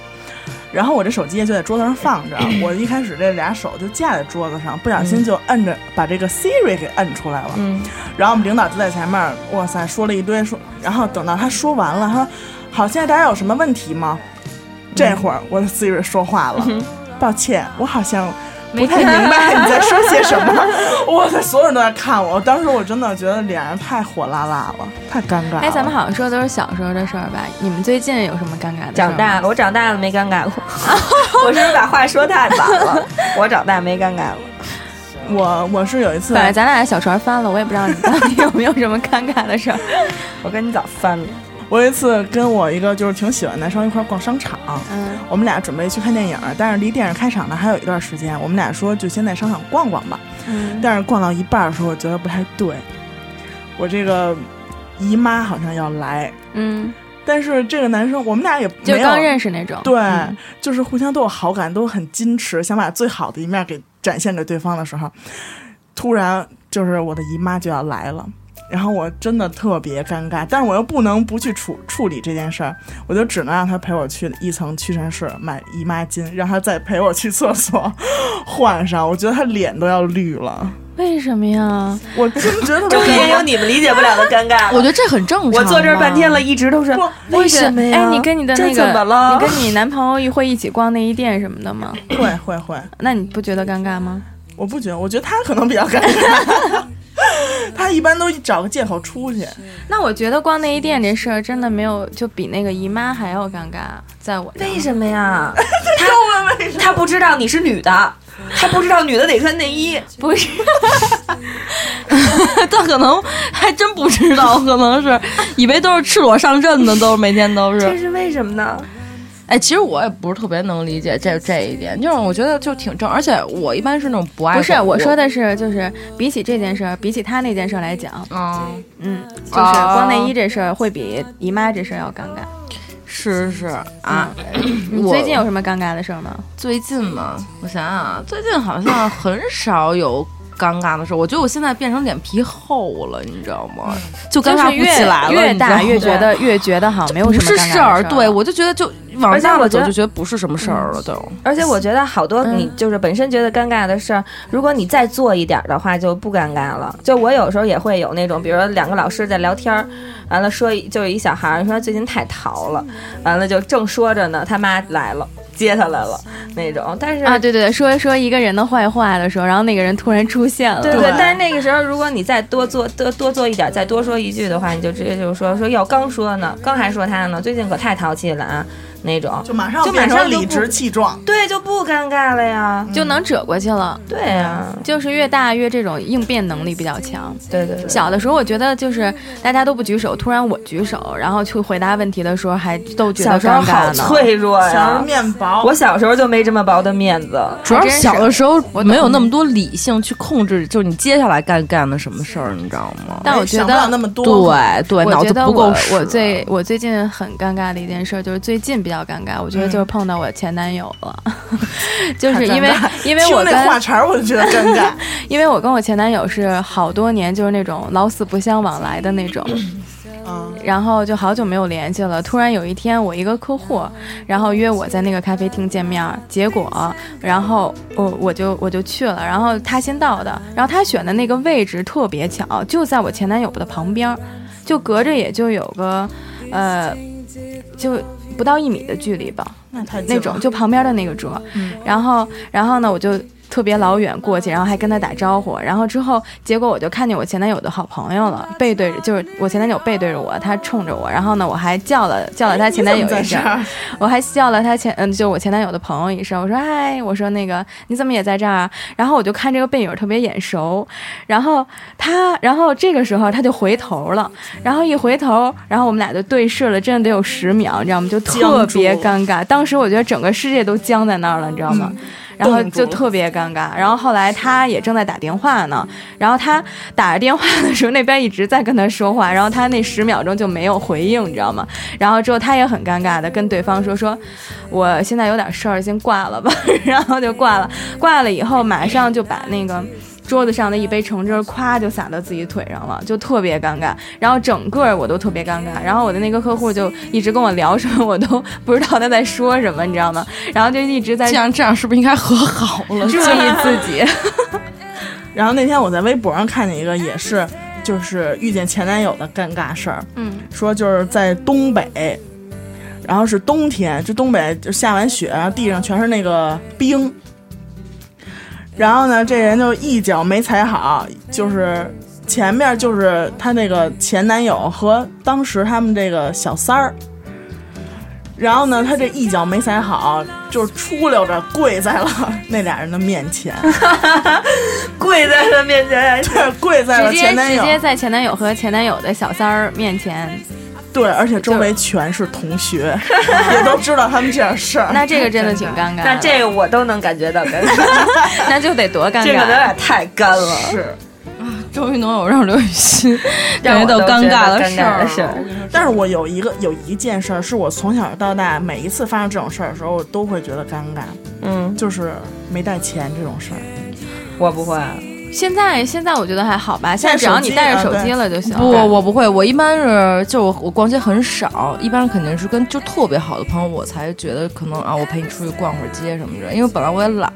Speaker 3: 然后我这手机就在桌子上 放着，我一开始这俩手就架在桌子上，不小
Speaker 5: 嗯
Speaker 3: 心就摁着、把这个 Siri 给摁出来了。
Speaker 6: 嗯
Speaker 3: 然后我们领导就在前面，哇塞，说了一堆说，然后等到他说完了，他说：“好，现在大家有什么问题吗？”这会儿我的 Siri 说话了，
Speaker 5: 嗯
Speaker 3: 抱歉，我好像不太明白你在说些什么。 哇塞，所有人都在看我，当时我真的觉得脸上太火辣辣了，太尴尬了。
Speaker 5: 哎，咱们好像说的都是小时候的事儿吧？你们最近有什么尴尬的事儿吗？
Speaker 6: 长大了，我长大了没尴尬 过。我是不是把话说太早了？我长大没尴尬过。
Speaker 3: 我我是有一次
Speaker 5: 反正咱俩小船翻了，我也不知道你到底有没有什么尴尬的 事儿。
Speaker 6: 我跟你早翻了。
Speaker 3: 我有一次跟我一个就是挺喜欢的男生一块儿逛商场，
Speaker 5: 嗯，
Speaker 3: 我们俩准备去看电影，但是离电影开场呢还有一段时间，我们俩说就先在商场逛逛吧。
Speaker 5: 嗯
Speaker 3: 但是逛到一半儿的时候，我觉得不太对，我这个姨妈好像要来，
Speaker 5: 嗯，
Speaker 3: 但是这个男生我们俩也
Speaker 5: 就
Speaker 3: 没有
Speaker 5: 刚认识那种。
Speaker 3: 对，就是互相都有好感，都很矜持，想把最好的一面给展现给对方的时候，突然就是我的姨妈就要来了。然后我真的特别尴尬，但是我又不能不去处处理这件事儿，我就只能让他陪我去一层屈臣氏买姨妈巾，让他再陪我去厕所换上。我觉得他脸都要绿了，
Speaker 5: 为什么呀？
Speaker 3: 我真觉得特别
Speaker 6: 终于
Speaker 3: 尴
Speaker 6: 也
Speaker 3: 尬
Speaker 6: 有你们理解不了的尴尬
Speaker 4: 我觉
Speaker 6: 了。
Speaker 4: 得这很正常。
Speaker 6: 我坐这儿半天了，，一直都是
Speaker 3: 不
Speaker 6: 为什么呀？
Speaker 5: 哎，你跟你的
Speaker 6: 这
Speaker 5: 那
Speaker 6: 怎么
Speaker 5: 个，
Speaker 6: 了
Speaker 5: 你？跟你男朋友一会一起逛内衣店什么的吗？
Speaker 3: 会会会，
Speaker 5: 那你不觉得尴尬吗？
Speaker 3: 我不觉得，我觉得他可能比较尴尬。 他一般都找个借口出去，
Speaker 5: 那我觉得逛内衣店这事儿真的没有，就比那个姨妈还要尴尬，在 我这儿
Speaker 6: 为什么呀？ 他他不知道你是女的，他不知道女的得穿内衣。
Speaker 5: 不是。
Speaker 4: 他可能还真不知道，可能是以为都是赤裸上阵的，都是每天都
Speaker 6: 这
Speaker 4: 是。
Speaker 6: 是为什么呢？
Speaker 4: 哎，其实我也不是特别能理解这这一点，就是我觉得就挺正，而且我一般是那种不爱
Speaker 5: 不是
Speaker 4: 管
Speaker 5: 我说，的是，就是比起这件事儿，比起他那件事儿来讲，
Speaker 4: 嗯，
Speaker 5: 嗯，就是光内衣这事儿会比姨妈这事儿要尴尬。
Speaker 4: 是是啊，
Speaker 5: 你
Speaker 4: 我
Speaker 5: 最近有什么尴尬的事儿吗？
Speaker 4: 最近嘛，我想想啊，最近好像很少有尴尬的事儿。我觉得我现在变成脸皮厚了，你知道吗？就尴尬
Speaker 5: 就是
Speaker 4: 不起来了，
Speaker 5: 越越大
Speaker 4: 你知道吗
Speaker 5: 越觉得越觉得好像没有
Speaker 4: 不
Speaker 5: 什么
Speaker 4: 是
Speaker 5: 尴尬的
Speaker 4: 儿。
Speaker 5: 儿啊
Speaker 4: 对我就觉得就往
Speaker 6: 而且
Speaker 4: 大了
Speaker 6: 我
Speaker 4: 走
Speaker 6: 觉得
Speaker 4: 就觉得不是什么事儿了，都。
Speaker 6: 而且我觉得好多
Speaker 5: 嗯
Speaker 6: 你就是本身觉得尴尬的事儿，如果你再做一点儿的话就不尴尬了。就我有时候也会有那种，比如说两个老师在聊天儿，完了说一就是一小孩儿说最近太淘了，完了就正说着呢，他妈来了接他来了那种。但是
Speaker 5: 啊，对对对，说说一个人的坏话的时候，然后那个人突然出现了，
Speaker 6: 对
Speaker 3: 对
Speaker 6: 但是那个时候，如果你再多做多多做一点，再多说一句的话，你就直接就说说哟，刚说呢，刚还说他呢，最近可太淘气了啊，那种
Speaker 3: 就马上
Speaker 6: 就马
Speaker 3: 变成
Speaker 6: 上就
Speaker 3: 理
Speaker 6: 不
Speaker 3: 直气壮。
Speaker 6: 对就不尴尬了呀，
Speaker 5: 就能折过去了。
Speaker 6: 对呀、
Speaker 5: 就是越大越这种应变能力比较强。
Speaker 6: 对对对，
Speaker 5: 小的时候，我觉得就是大家都不举手，突然我举手，然后去回答问题的时候，还都觉
Speaker 6: 小
Speaker 5: 得
Speaker 6: 时
Speaker 5: 尴
Speaker 6: 候好
Speaker 5: 尬呢。
Speaker 6: 脆弱
Speaker 3: 小时候
Speaker 6: 呀，
Speaker 3: 面哎薄，
Speaker 6: 我小时候就没这么薄的面子，
Speaker 4: 主要
Speaker 5: 还
Speaker 4: 是
Speaker 5: 真是
Speaker 4: 小的时候没有那么多理性去控制，就是你接下来干干的什么事儿，你知道吗？
Speaker 5: 但我觉
Speaker 3: 哎想不了那
Speaker 5: 得，
Speaker 3: 么多。
Speaker 4: 对对，
Speaker 5: 我
Speaker 4: 脑
Speaker 5: 觉
Speaker 4: 子
Speaker 5: 得
Speaker 4: 不够
Speaker 5: 我
Speaker 4: 使
Speaker 5: 我最我最近很尴尬的一件事，就是最近比较尴尬，我觉得就是碰到我前男友了， 就是因为因为我
Speaker 3: 听那
Speaker 5: 跟
Speaker 3: 话茬儿，我就觉得尴尬。
Speaker 5: 因为我跟我前男友是好多年就是那种老死不相往来的那种，
Speaker 3: 嗯，
Speaker 5: 然后就好久没有联系了。突然有一天，我一个客户，然后约我在那个咖啡厅见面儿，结果，然后我我就我就去了，然后他先到的，然后他选的那个位置特别巧，就在我前男友的旁边儿，就隔着也就有个，呃，就不到一米的距离吧。
Speaker 3: 那太近了嗯
Speaker 5: 那种，就旁边的那个桌。 然后，然后呢，我就特别老远过去，然后还跟他打招呼。然后之后，结果我就看见我前男友的好朋友了，背对着，就是我前男友背对着我，他冲着我。然后呢，我还叫了叫了他前男友
Speaker 3: 你怎么
Speaker 5: 一
Speaker 3: 在这
Speaker 5: 声，
Speaker 3: 儿，
Speaker 5: 我还叫了他前嗯，就我前男友的朋友一声，我说嗨，我说那个你怎么也在这儿啊？然后我就看这个背影特别眼熟，然后他，然后这个时候他就回头了，然后一回头，然后我们俩就对视了，真的得有十秒，你知道吗？就特别尴尬，当时我觉得整个世界都僵在那儿了，你知道吗？然后就特别尴尬，然后后来他也正在打电话呢，然后他打着电话的时候，那边一直在跟他说话，然后他那十秒钟就没有回应，你知道吗？然后之后他也很尴尬的跟对方说说，我现在有点事儿，先挂了吧， 然后就挂了。挂了以后，马上就把那个桌子上的一杯橙汁儿咵就洒到自己腿上了，就特别尴尬。然后整个我都特别尴尬。然后我的那个客户就一直跟我聊什么，我都不知道他在说什么，你知道吗？然后就一直在
Speaker 4: 这样这样是不是应该和好 了？
Speaker 5: 注意自己。
Speaker 3: 然后那天我在微博上看见一个，也是就是遇见前男友的尴尬事儿，
Speaker 5: 嗯，
Speaker 3: 说就是在东北，然后是冬天，就东北就下完雪，然后地上全是那个冰。然后呢，这人就一脚没踩好，就是前面就是她那个前男友和当时他们这个小三儿。然后呢，她这一脚没踩好，就是出溜着跪在了 那俩人的面前。
Speaker 6: 跪在他面前，
Speaker 3: 对， 跪在
Speaker 5: 直
Speaker 3: 了
Speaker 5: 接
Speaker 3: 前男
Speaker 5: 直
Speaker 3: 友，
Speaker 5: 接在前男友和前男友的小三儿面前，
Speaker 3: 对，而且周围全是同学， 也都知道他们这点事儿。
Speaker 5: 那这个真的挺尴尬的。
Speaker 6: 那这个我都能感觉到尴 尬，
Speaker 5: 那就得多尴
Speaker 6: 这个有
Speaker 5: 尬。
Speaker 6: 点太干了，
Speaker 3: 是，
Speaker 4: 终于能有让刘雨欣
Speaker 6: 让
Speaker 4: 感
Speaker 6: 我
Speaker 4: 觉
Speaker 6: 都
Speaker 4: 到
Speaker 6: 觉得
Speaker 4: 尴尬
Speaker 6: 尴
Speaker 4: 事
Speaker 6: 尬
Speaker 4: 儿
Speaker 6: 的
Speaker 4: 了
Speaker 6: 事儿。
Speaker 3: 但是我有一个有一件事儿，是我从小到大每一次发生这种事儿的时候，我都会觉得尴尬，
Speaker 6: 嗯，
Speaker 3: 就是没带钱这种事儿。
Speaker 6: 我不会，啊
Speaker 5: 现在现在我觉得还好吧，现在
Speaker 3: 现在
Speaker 5: 只要
Speaker 3: 手机
Speaker 5: 你带着
Speaker 3: 啊
Speaker 5: 手
Speaker 3: 对
Speaker 5: 机了就行。
Speaker 4: 不，我不会，我一般是就我我逛街很少，一般肯定是跟就特别好的朋友，我才觉得可能啊，我陪你出去逛会儿街什么的。因为本来我也懒，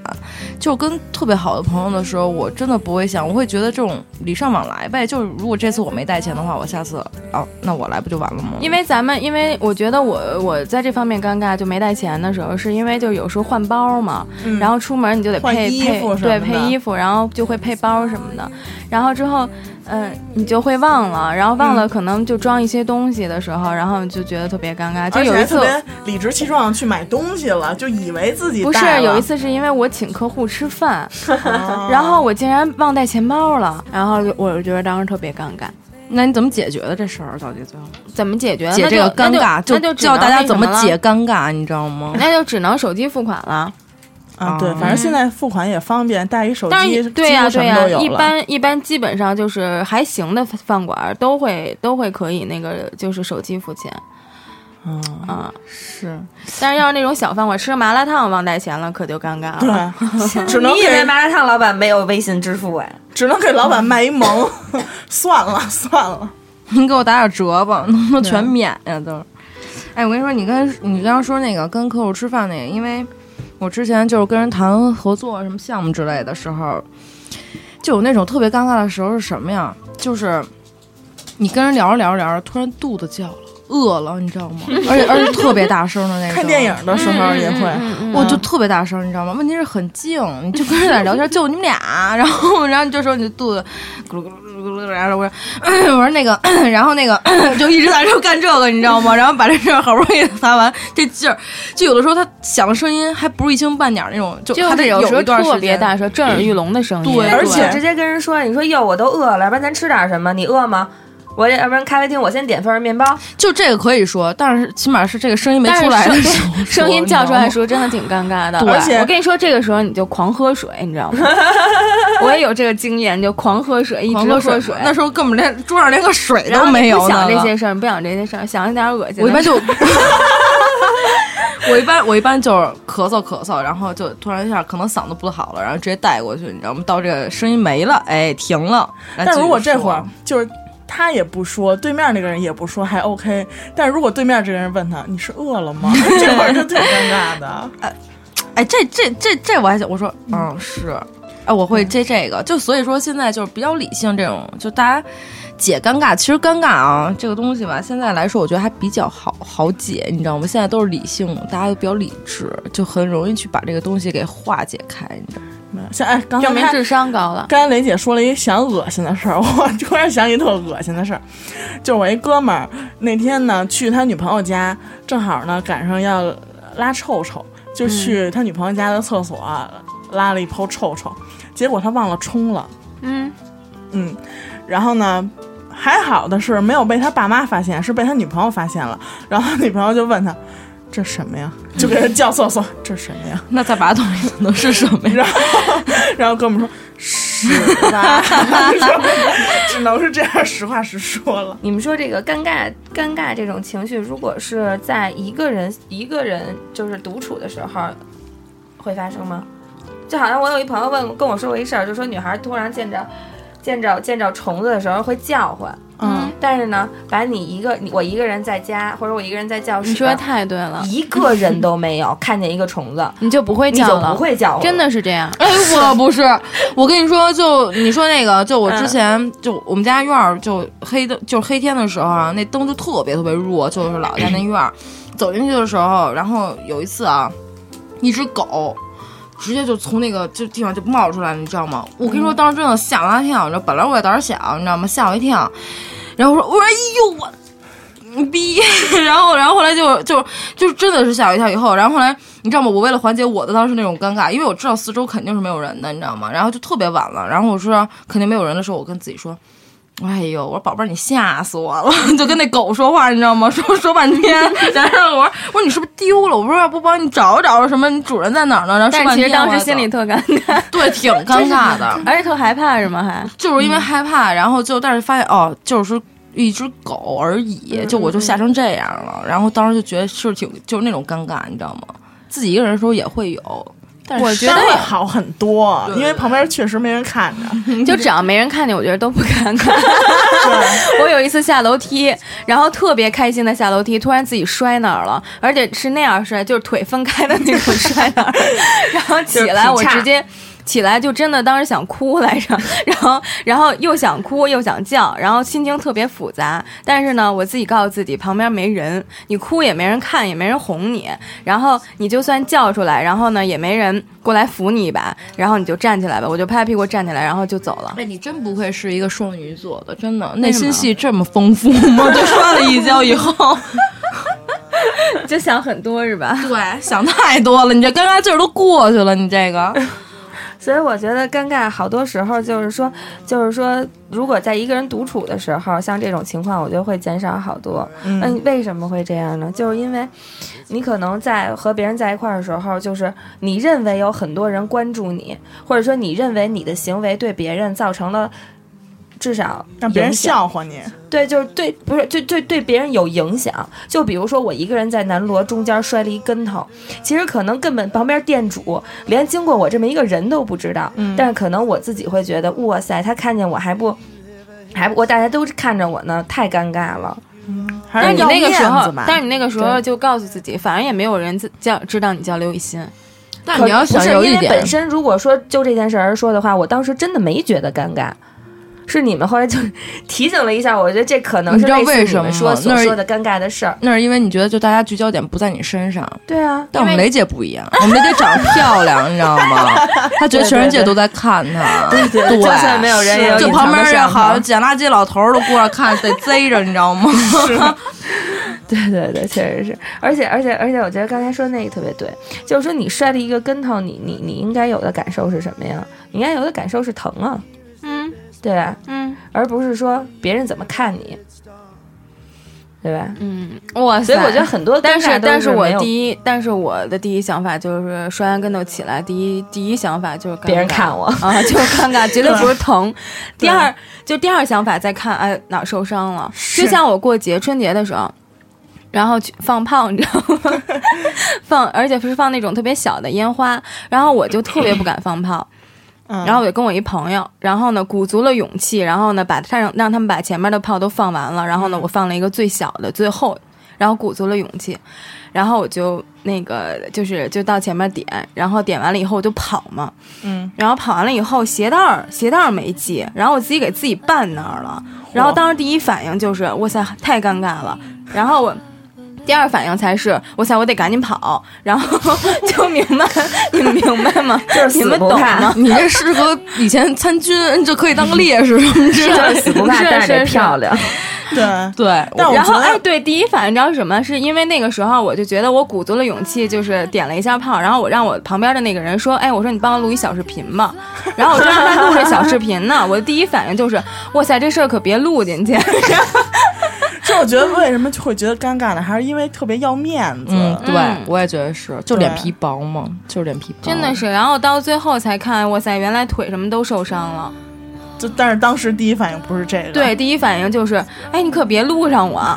Speaker 4: 就跟特别好的朋友的时候，我真的不会想，我会觉得这种礼尚往来呗。就是如果这次我没带钱的话，我下次啊，那我来不就完了吗？
Speaker 5: 因为咱们，因为我觉得我我在这方面尴尬，就没带钱的时候，是因为就有时候换包嘛，嗯然后出门你就得
Speaker 3: 嗯换
Speaker 5: 配
Speaker 3: 衣
Speaker 5: 配
Speaker 3: 服什
Speaker 5: 对
Speaker 3: 么
Speaker 5: 配
Speaker 3: 的
Speaker 5: 衣服，然后就会配包什么的，然后之后，嗯、你就会忘了，然后忘
Speaker 3: 嗯
Speaker 5: 了可能就装一些东西的时候，然后你就觉得特别尴尬。就
Speaker 3: 而且
Speaker 5: 有一
Speaker 3: 还
Speaker 5: 次
Speaker 3: 特
Speaker 5: 我。
Speaker 3: 别理直气壮去买东西了，就以为自己
Speaker 5: 不
Speaker 3: 带
Speaker 5: 是，
Speaker 3: 了
Speaker 5: 有一，次是因为我请客户吃饭，
Speaker 3: 啊
Speaker 5: 然后我竟然忘带钱包了，然后就我就觉得当时特别尴尬。
Speaker 4: 那你怎么解决的这事儿？啊到底最后
Speaker 5: 怎么解决？
Speaker 4: 解
Speaker 5: 那
Speaker 4: 这
Speaker 5: 就
Speaker 4: 个尴尬，
Speaker 5: 那就那就只
Speaker 4: 教
Speaker 5: 能
Speaker 4: 大家
Speaker 5: 那
Speaker 4: 怎
Speaker 5: 什
Speaker 4: 么
Speaker 5: 了
Speaker 4: 解，尴尬，你知道吗？
Speaker 5: 那就只能手机付款了。
Speaker 3: 啊，对，反正现
Speaker 5: 嗯
Speaker 3: 在付款也方便，带一手
Speaker 5: 但
Speaker 3: 机，
Speaker 5: 是对
Speaker 3: 呀、
Speaker 5: 呀、
Speaker 3: 什
Speaker 5: 对
Speaker 3: 么
Speaker 5: 呀、
Speaker 3: 都有了。
Speaker 5: 一般一般基本上就是还行的饭馆儿都会都会可以那个就是手机付钱。
Speaker 3: 嗯，
Speaker 5: 啊，是，但是要是那种小饭馆吃个麻辣烫忘带钱了，可就尴尬了。
Speaker 3: 对，只能
Speaker 6: 你以为
Speaker 3: 给
Speaker 6: 麻辣烫老板没有微信支付哎？
Speaker 3: 只能给老板卖一萌， 算了算了。
Speaker 4: 您给我打点折吧，能不能全免呀、都。嗯哎，我跟你说，你跟你刚刚说那个跟客户吃饭那个，因为我之前就是跟人谈合作什么项目之类的时候，就有那种特别尴尬的时候是什么呀？就是你跟人聊着聊着聊着，突然肚子叫了，饿了，你知道吗？而且而且特别大声的那种。 嗯
Speaker 3: 看电影的时候也
Speaker 5: 嗯
Speaker 3: 会，
Speaker 4: 我就特别大声，你知道吗？问题是很静，你就跟人在聊天，就你们俩，然后然后你这时候你就肚子咕噜咕噜咕噜咕噜，然后我说、我说 那个，然后那个就一直在这干这个，你知道吗？然后把这事儿好不容易谈完，这劲儿，就有的时候他响的声音还不是一清半点儿那种，就还
Speaker 5: 是
Speaker 4: 得
Speaker 5: 有时
Speaker 4: 有
Speaker 5: 候
Speaker 4: 一段
Speaker 5: 特
Speaker 4: 时
Speaker 5: 别
Speaker 4: 间。
Speaker 5: 大声，震耳欲聋的声音。
Speaker 4: 对
Speaker 3: 而
Speaker 6: 我
Speaker 3: 且
Speaker 6: 直接跟人说，你说哟，我都饿了，要不然咱吃点什么？你饿吗？我要不然咖啡厅我先点份面包。
Speaker 4: 就这个可以说，但是起码是这个声音没
Speaker 5: 但是
Speaker 4: 出来的
Speaker 5: 声
Speaker 4: 时候说
Speaker 5: 声音
Speaker 4: 你知道
Speaker 5: 叫出来
Speaker 4: 吗
Speaker 5: 的时候真的挺尴尬的。
Speaker 4: 对
Speaker 5: 我
Speaker 3: 而且
Speaker 5: 我跟你说，这个时候你就狂喝水，你知道 吗？我也有这个经验，就狂喝水，一直
Speaker 4: 狂喝水
Speaker 5: 水。
Speaker 4: 嘛，那时候根本连桌上连个水
Speaker 5: 然
Speaker 4: 都
Speaker 5: 后
Speaker 4: 没
Speaker 5: 你
Speaker 4: 有
Speaker 5: 不
Speaker 4: 呢
Speaker 5: 想这些事儿，不想这些事儿，想有点恶心的。
Speaker 4: 我一般就，我一般我一般就是咳嗽咳嗽，然后就突然一下可能嗓子不好了，然后直接带过去，你知道吗？到这个声音没了，哎，停了。然后
Speaker 3: 但如果
Speaker 4: 继续
Speaker 3: 这
Speaker 4: 说
Speaker 3: 会儿就是他也不说，对面那个人也不说，还 OK。但如果对面这个人问他你是饿了吗？ 这会儿就挺尴尬的。
Speaker 4: 哎，这这这这我还想，我说嗯是，哎，我会这这个，就所以说现在就是比较理性这种，就大家解尴尬。其实尴尬啊这个东西吧，现在来说我觉得还比较好好解，你知道吗？现在都是理性，大家都比较理智，就很容易去把这个东西给化解开，你知道吗？
Speaker 3: 没有像哎，刚才
Speaker 5: 证明智商高了。
Speaker 3: 刚才雷姐说了一想恶心的事儿， 我突然想起特恶心的事儿，就是我一哥们儿那天呢去他女朋友家，正好呢赶上要拉臭臭，
Speaker 5: 嗯
Speaker 3: 就去他女朋友家的厕所、拉了一泡臭臭，结果他忘了冲了，
Speaker 5: 嗯，
Speaker 3: 嗯，然后呢。还好的是没有被他爸妈发现，是被他女朋友发现了。然后他女朋友就问他：“这什么呀？”就给他叫厕所：“这什么呀？”
Speaker 4: 那在马桶里可能是什么 呀？
Speaker 3: 然后，然后哥们说：“是吧？” 只能是这样，实话实说了。
Speaker 6: 你们说这个尴尬、尴尬这种情绪，如果是在一个人一个人就是独处的时候，会发生吗？就好像我有一朋友问跟我说过一事儿，就说女孩突然见着见着见着虫子的时候会叫唤，
Speaker 3: 嗯，
Speaker 6: 但是呢，把你一个你我一个人在家，或者我一个人在教室，
Speaker 5: 你说的太对了，
Speaker 6: 一个人都没有看见一个虫子，
Speaker 5: 你就不会
Speaker 6: 你
Speaker 5: 叫
Speaker 6: 就
Speaker 5: 了，
Speaker 6: 不会叫唤了，
Speaker 5: 真的是这样。
Speaker 4: 哎， 我不是，我跟你说，就你说那个，就我之前就我们家院儿就黑的，就是黑天的时候啊，那灯就特别特别弱，就是老家那院儿。走进去的时候，然后有一次啊，一只狗直接就从那个就地方就冒出来了，你知道吗？我跟你说，当时真的吓我一跳，你知道，本来我也胆儿小，你知道吗？吓我一跳，然后我说，我说，哎呦我。逼， 然后，然后后来就就就真的是吓我一跳。以后，然后后来你知道吗？我为了缓解我的当时那种尴尬，因为我知道四周肯定是没有人的，你知道吗？然后就特别晚了，然后我说肯定没有人的时候，我跟自己说。哎呦，我说宝贝儿，你吓死我了！就跟那狗说话，你知道吗？说说半天，然后我说我说你是不是丢了？我说要不帮你找找什么？你主人在哪儿呢？然后说
Speaker 5: 但
Speaker 4: 半
Speaker 5: 其
Speaker 4: 天
Speaker 5: 实当
Speaker 4: 我
Speaker 5: 时
Speaker 4: 还
Speaker 5: 心里
Speaker 4: 走
Speaker 5: 特尴尬，
Speaker 4: 对挺尴尬的，
Speaker 5: 而且特害怕，是吗？还
Speaker 4: 就是因为害怕，然后就但是发现哦，就是一只狗而已，就我就吓成这样了，然后当时就觉得是挺就是那种尴尬，你知道吗？自己一个人的时候也会有，但是
Speaker 5: 我觉得
Speaker 3: 会好很多，
Speaker 4: 对
Speaker 3: 因为旁边确实没人看着。
Speaker 5: 就只要没人看见，我觉得都不尴尬。 我有一次下楼梯，然后特别开心的下楼梯，突然自己摔那儿了，而且是那样摔，就是腿分开的那种摔那儿，然后起来我直接。起来就真的当时想哭来着， 然后然后又想哭又想叫，然后心情特别复杂。但是呢，我自己告诉自己旁边没人，你哭也没人看，也没人哄你，然后你就算叫出来，然后呢也没人过来扶你一把，然后你就站起来吧。我就拍拍屁股站起来，然后就走了。
Speaker 4: 哎，你真不愧是一个双鱼座的，真的内
Speaker 5: 为什么
Speaker 4: 心戏这么啊丰富吗？ 就摔了一跤以后，
Speaker 5: 就想很多是吧？
Speaker 4: 对，想太多了，你这尴尬劲儿都过去了，你这个
Speaker 6: 所以我觉得尴尬，好多时候就是说，就是说，如果在一个人独处的时候，像这种情况，我觉得会减少好多。
Speaker 3: 嗯
Speaker 6: 那你为什么会这样呢？就是因为，你可能在和别人在一块儿的时候，就是你认为有很多人关注你，或者说你认为你的行为对别人造成了至少
Speaker 3: 让别人
Speaker 6: 影响
Speaker 3: 笑话你，
Speaker 6: 对，就是对，不是，就对对别人有影响。就比如说，我一个人在南锣中间摔了一跟头，其实可能根本旁边店主连经过我这么一个人都不知道，
Speaker 4: 嗯
Speaker 6: 但是可能我自己会觉得，哇塞，他看见我还不还不，我大家都看着我呢，太尴尬了。
Speaker 3: 还
Speaker 5: 但
Speaker 3: 是
Speaker 5: 是你那个时
Speaker 3: 要面
Speaker 5: 候
Speaker 3: 子吧，
Speaker 5: 但是你那个时候就告诉自己，反正也没有人自叫知道你叫刘雨欣，
Speaker 4: 但你要
Speaker 6: 不
Speaker 4: 想
Speaker 6: 是
Speaker 4: 有
Speaker 6: 因
Speaker 4: 一
Speaker 6: 为
Speaker 4: 点
Speaker 6: 本，身如果说就这件事而说的话，我当时真的没觉得尴尬。是你们后来就提醒了一下，我觉得这可能
Speaker 4: 你
Speaker 6: 是
Speaker 4: 知道
Speaker 6: 类似
Speaker 4: 为
Speaker 6: 你
Speaker 4: 什
Speaker 6: 们
Speaker 4: 么吗
Speaker 6: 说所
Speaker 4: 那是
Speaker 6: 说的尴尬的事儿。
Speaker 4: 那是因为你觉得就大家聚焦点不在你身上。
Speaker 6: 对啊，
Speaker 4: 但我们雷姐不一样，我们雷姐长得漂亮，你知道吗？她觉得全世界都在看她，对对
Speaker 6: 就算没有人也有
Speaker 4: 就
Speaker 6: 隐
Speaker 4: 旁
Speaker 6: 藏的
Speaker 4: 边
Speaker 6: 摄
Speaker 4: 这
Speaker 6: 像
Speaker 4: 好
Speaker 6: 头
Speaker 4: 像捡垃圾老头儿都过来看， 得贼着，你知道吗？
Speaker 6: 对对对，确实是，而且而且而且，我觉得刚才说那个特别对，就是说你摔了一个跟头，你你你应该有的感受是什么呀？你应该有的感受是疼啊，
Speaker 5: 嗯
Speaker 6: 对吧？
Speaker 5: 嗯
Speaker 6: 而不是说别人怎么看你，对吧？
Speaker 5: 嗯，哇塞！
Speaker 6: 所以我觉得很多尴
Speaker 5: 但
Speaker 6: 尬
Speaker 5: 是，
Speaker 6: 都
Speaker 5: 但
Speaker 6: 是
Speaker 5: 我
Speaker 6: 没有
Speaker 5: 第一，但是我的第一想法就是摔完跟头起来，第一第一想法就是尴尬
Speaker 6: 别人看我
Speaker 5: 啊，就是尴尬，绝 对不是疼。第二，就第二想法再看，哎，哪儿受伤了？就像我过节春节的时候。然后去放炮，你知道吗？ 放，而且是放那种特别小的烟花。然后我就特别不敢放炮，
Speaker 3: 嗯
Speaker 5: 然后我就跟我一朋友，然后呢鼓足了勇气，然后呢把他让让他们把前面的炮都放完了，然
Speaker 6: 嗯
Speaker 5: 后呢我放了一个最小的最后，然后鼓足了勇气，然后我就那个就是就到前面点，然后点完了以后我就跑嘛，
Speaker 3: 嗯，
Speaker 5: 然后跑完了以后鞋带儿鞋带儿没系，然后我自己给自己绊那儿了，然后当时第一反应就是哇塞太尴尬了，然后我。第二反应才是，我想我得赶紧跑，然后 就明白，你们明白吗？
Speaker 6: 就是死
Speaker 5: 你们
Speaker 6: 不
Speaker 5: 懂
Speaker 6: 怕
Speaker 5: 吗？
Speaker 4: 你这适合 以前参军就可以当个烈士，
Speaker 6: 是 就是死不怕，
Speaker 5: 是
Speaker 6: 但是得
Speaker 5: 是是
Speaker 6: 漂 亮。
Speaker 3: 对，
Speaker 4: 对，
Speaker 3: 但我
Speaker 5: 然后
Speaker 3: 觉得
Speaker 5: 哎，对，第一反应你知道是什么？是因为那个时候我就觉得我鼓足了勇气，就是点了一下炮，然后我让我旁边的那个人说，哎，我说你帮我录一小视频 吧，然后我就让他录这小视频呢。我的第一反应就是，哇塞，这事儿可别录进 去。
Speaker 3: 这我觉得为什么会觉得尴尬呢？还是因为特别要面子。
Speaker 4: 嗯，对
Speaker 5: 嗯，
Speaker 4: 我也觉得是，就
Speaker 3: 对
Speaker 4: 脸皮薄嘛，就是脸皮薄，
Speaker 5: 真的是，然后到最后才看，哇塞，原来腿什么都受伤了。
Speaker 3: 就但是当时第一反应不是这个，
Speaker 5: 对，第一反应就是，哎，你可别录上我。啊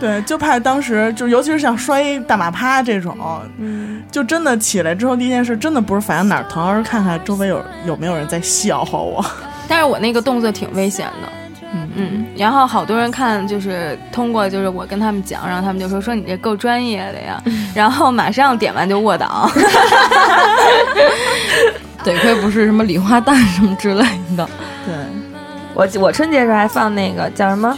Speaker 3: 对，就怕当时就尤其是像摔一大马趴这种，
Speaker 6: 嗯
Speaker 3: 就真的起来之后第一件事真的不是反应哪儿疼，而是看看周围有有没有人在笑话我。
Speaker 5: 但是我那个动作挺危险的。嗯嗯，然后好多人看就是通过就是我跟他们讲，然后他们就说说你这够专业的呀，
Speaker 6: 嗯
Speaker 5: 然后马上点完就卧 倒。
Speaker 4: 得亏不是什么礼花弹什么之类的。
Speaker 3: 对，
Speaker 6: 我我春节时候还放那个叫什么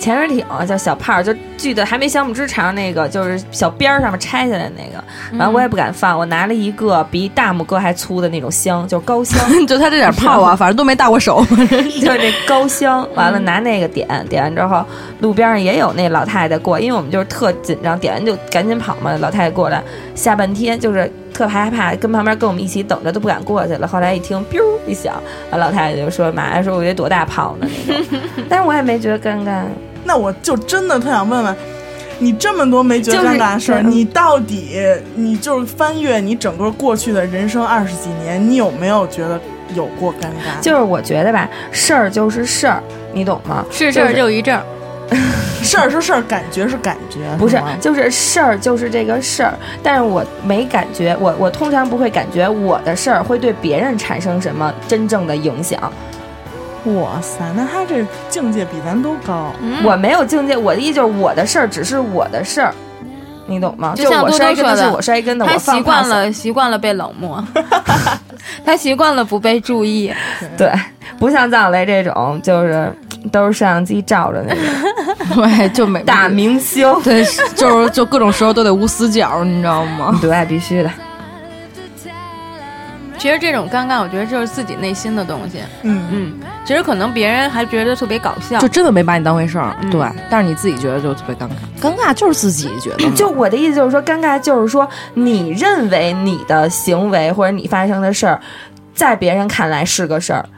Speaker 6: 潜水艇，叫小炮儿，就锯的还没小拇指长那个，就是小边儿上面拆下来那个。然后我也不敢放，我拿了一个比大拇哥还粗的那种香，就是高香，
Speaker 4: 就他这点炮啊，反正都没大过手，
Speaker 6: 就是那高香。完了拿那个点，点完之后，路边上也有那老太太过，因为我们就是特紧张，点完就赶紧跑嘛。老太太过来吓半天，就是特害怕，跟旁边跟我们一起等着都不敢过去了。后来一听，biu 一响，完老太太就说：“妈呀，说我得多大炮呢那种。” 但是我也没觉得尴尬。
Speaker 3: 那我就真的特想问问，你这么多没觉得尴尬的事儿，
Speaker 6: 就是
Speaker 3: 你到底你就是翻越你整个过去的人生二十几年，你有没有觉得有过尴尬？
Speaker 6: 就是我觉得吧，事儿就是事儿，你懂吗？
Speaker 5: 是
Speaker 6: 这儿
Speaker 5: 就一阵 儿，
Speaker 3: 事儿是事儿，感觉是感觉，
Speaker 6: 不是
Speaker 3: 吗，
Speaker 6: 就是事儿就是这个事儿，但是我没感觉，我我通常不会感觉我的事儿会对别人产生什么真正的影响。
Speaker 3: 哇塞，那他这境界比咱都高。
Speaker 5: 嗯
Speaker 6: 我没有境界，我的意思就是我的事儿只是我的事儿，你懂吗？
Speaker 5: 就
Speaker 6: 就
Speaker 5: 像
Speaker 6: 我
Speaker 5: 多多
Speaker 6: 摔一跟头
Speaker 5: 说
Speaker 6: 是
Speaker 5: 的
Speaker 6: 我摔一跟头，
Speaker 5: 他
Speaker 6: 我放
Speaker 5: 习惯
Speaker 6: 炮
Speaker 5: 了习惯了被冷 漠，他习惯了不被注意。
Speaker 6: 对，不像藏雷这种，就是都是摄像机照着那种
Speaker 4: 对，就没
Speaker 6: 大明星。
Speaker 4: 对，就是就各种时候都得无死角，你知道吗？
Speaker 6: 对，必须的。
Speaker 5: 其实这种尴尬，我觉得就是自己内心的东西。
Speaker 3: 嗯，
Speaker 5: 嗯，其实可能别人还觉得特别搞笑
Speaker 4: 就，真的没把你当回事儿，
Speaker 5: 嗯
Speaker 4: 对。但是你自己觉得就特别尴尬，尴尬就是自己觉得嘛，
Speaker 6: 就我的意思就是说，尴尬就是说，你认为你的行为或者你发生的事儿，在别人看来是个事儿，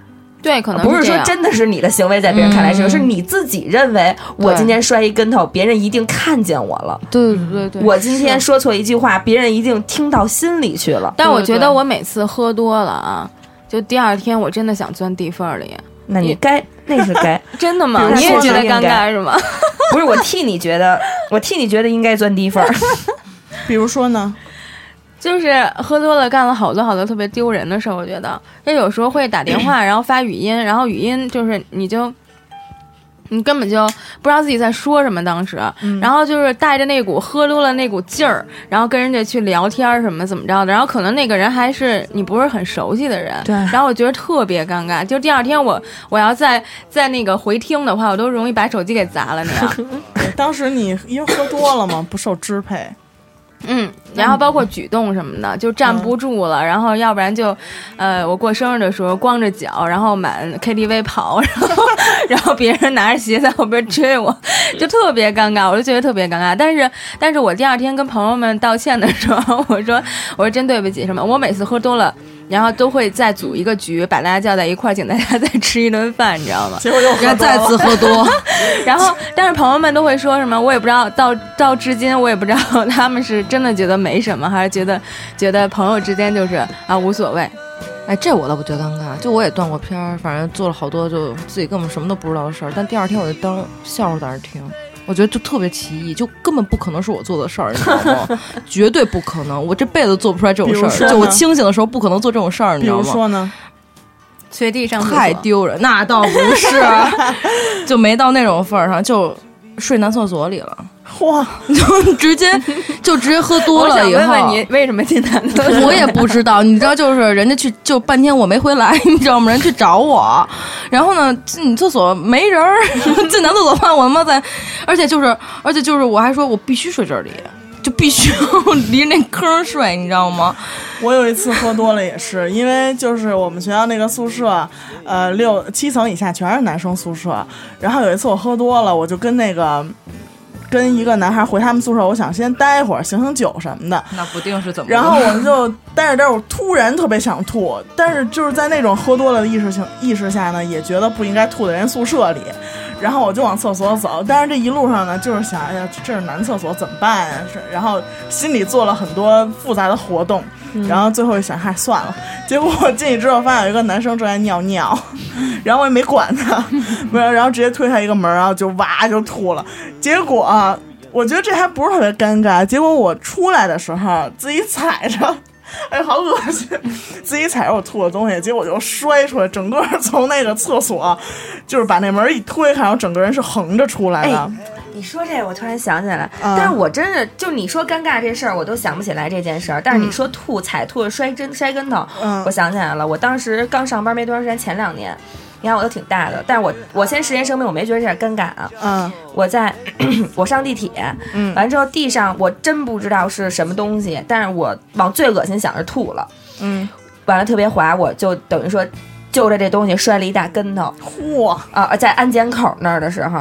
Speaker 5: 对，可能
Speaker 6: 不是
Speaker 5: 这
Speaker 6: 说
Speaker 5: 样
Speaker 6: 真的是你的行为在别人看来是个事
Speaker 4: 嗯
Speaker 6: 儿，是你自己认为我
Speaker 4: 对
Speaker 6: 今天摔一跟头，别人一定看见我了；
Speaker 4: 对对对，
Speaker 6: 我今天说错一句话，别人一定听到心里去了。
Speaker 5: 但
Speaker 4: 对
Speaker 5: 我
Speaker 4: 对
Speaker 5: 觉
Speaker 4: 对
Speaker 5: 得我每次喝多了啊，就第二天我真的想钻地缝儿里。
Speaker 6: 那你
Speaker 5: 你
Speaker 6: 该，那是 该，
Speaker 5: 真的吗？
Speaker 6: 比如
Speaker 5: 你也
Speaker 6: 说
Speaker 5: 觉得
Speaker 6: 呢
Speaker 5: 尴
Speaker 6: 应该
Speaker 5: 尬是吗？
Speaker 6: 不是我替你觉得，我替你觉得应该钻地 缝儿。
Speaker 3: 比如说呢，
Speaker 5: 就是喝多了干了好多好多特别丢人的事儿，我觉得就有 时候会打电话，然后发语音，然后语音就是你就你根本就不知道自己在说什么当时，啊
Speaker 6: 嗯
Speaker 5: 然后就是带着那股喝溜了那股劲儿，然后跟人家去聊天儿什么怎么着的，然后可能那个人还是你不是很熟悉的人，
Speaker 6: 对
Speaker 5: 然后我觉得特别尴尬，就第二天我我要再再那个回听的话，我都容易把手机给砸了那样。
Speaker 3: 当时你因为喝多了嘛，不受支配，
Speaker 5: 嗯，然后包括举动什么的，就站不住了，然后要不然就，呃，我过生日的时候光着脚，然后满 KTV 跑，然后然后别人拿着鞋在后边追我，就特别尴尬，我就觉得特别尴尬。但是，但是我第二天跟朋友们道歉的时候， 我说我说真对不起什么，我每次喝多了。然后都会再组一个局，把大家叫在一块儿，请大家再吃一顿饭，你知道吗？
Speaker 3: 结果又喝
Speaker 4: 人家
Speaker 3: 多
Speaker 4: 再
Speaker 3: 了。
Speaker 4: 次喝多，
Speaker 5: 然后，但是朋友们都会说什么，我也不知道，到到至今我也不知道他们是真的觉得没什么，还是觉得觉得朋友之间就是啊无所谓。
Speaker 4: 哎，这我倒不觉得尴尬，就我也断过片儿，反正做了好多就自己根本什么都不知道的事儿，但第二天我就当笑话在那儿听，我觉得就特别奇异，就根本不可能是我做的事儿，你知道 吗？绝对不可能，我这辈子做不出来这种
Speaker 3: 比如
Speaker 4: 事
Speaker 3: 说
Speaker 4: 儿，
Speaker 3: 呢
Speaker 4: 就我清醒的时候不可能做这种事儿，你
Speaker 3: 比
Speaker 4: 知道
Speaker 3: 如
Speaker 4: 吗？
Speaker 3: 说呢，
Speaker 5: 随地上厕所
Speaker 4: 太丢人，那倒不 是，就没到那种份儿上，就睡男厕所里了，
Speaker 3: 哇，
Speaker 4: 就直 接就直接喝多
Speaker 5: 我
Speaker 4: 了
Speaker 5: 想
Speaker 4: 以后，
Speaker 5: 问问你为什么进男厕所？
Speaker 4: 我也不 知道，你知道，就是人家去就半天我没回来，你知道吗？人去找 我，然后呢进厕所没人儿，进男厕所怕我他妈在，而且就是而且就是我还说我必须睡这里，就必须离那坑睡，你知道吗？
Speaker 3: 我有一次喝多了也是，因为就是我们学校那个宿舍，呃，六七层以下全是男生宿舍。然后有一次我喝多了，我就跟那个跟一个男孩回他们宿舍，我想先待会儿醒醒酒什么的。
Speaker 4: 那不定是怎么
Speaker 3: 然后我们就待着待着，我突然特别想 吐，但是就是在那种喝多了的意识情意识下呢，也觉得不应该吐在人宿舍里。然后我就往厕所走，但是这一路上呢，就是想，哎呀，这是男厕所怎么办呀、是，然后心里做了很多复杂的活动，然后最后一想，嗨，算了。结果我进去之后，发现有一个男生正在尿尿， 然后我也没管他，没有，然后直接推开一个门，然后就哇就吐了。结果、啊我觉得这还不是特别尴尬。结果我出来的时候自己踩着， 哎，好恶心！自己踩着我吐的东西，结果我就摔出来，整个从那个厕所就是把那门一推开，然后整个人是横着出来的。
Speaker 4: 哎
Speaker 6: 你说这，我突然想起来，
Speaker 3: 啊
Speaker 6: 但是我真是就你说尴尬这事儿，我都想不起来这件事儿。但是你说吐、踩吐、摔跟摔跟头，
Speaker 3: 嗯
Speaker 6: 我想起来了，我当时刚上班没多长时间，前两年，你看我都挺大的，但是我我先事先声明，我没觉得这点尴尬啊。
Speaker 3: 嗯
Speaker 6: 我在 我上地铁，
Speaker 4: 哎
Speaker 6: 完之后地上我真不知道是什么东西，但是我往最恶心想是吐了，
Speaker 3: 嗯，
Speaker 6: 完了特别滑，我就等于说就着这东西摔了一大跟头。
Speaker 3: 嚯、
Speaker 6: 啊，在安检口那儿的时候，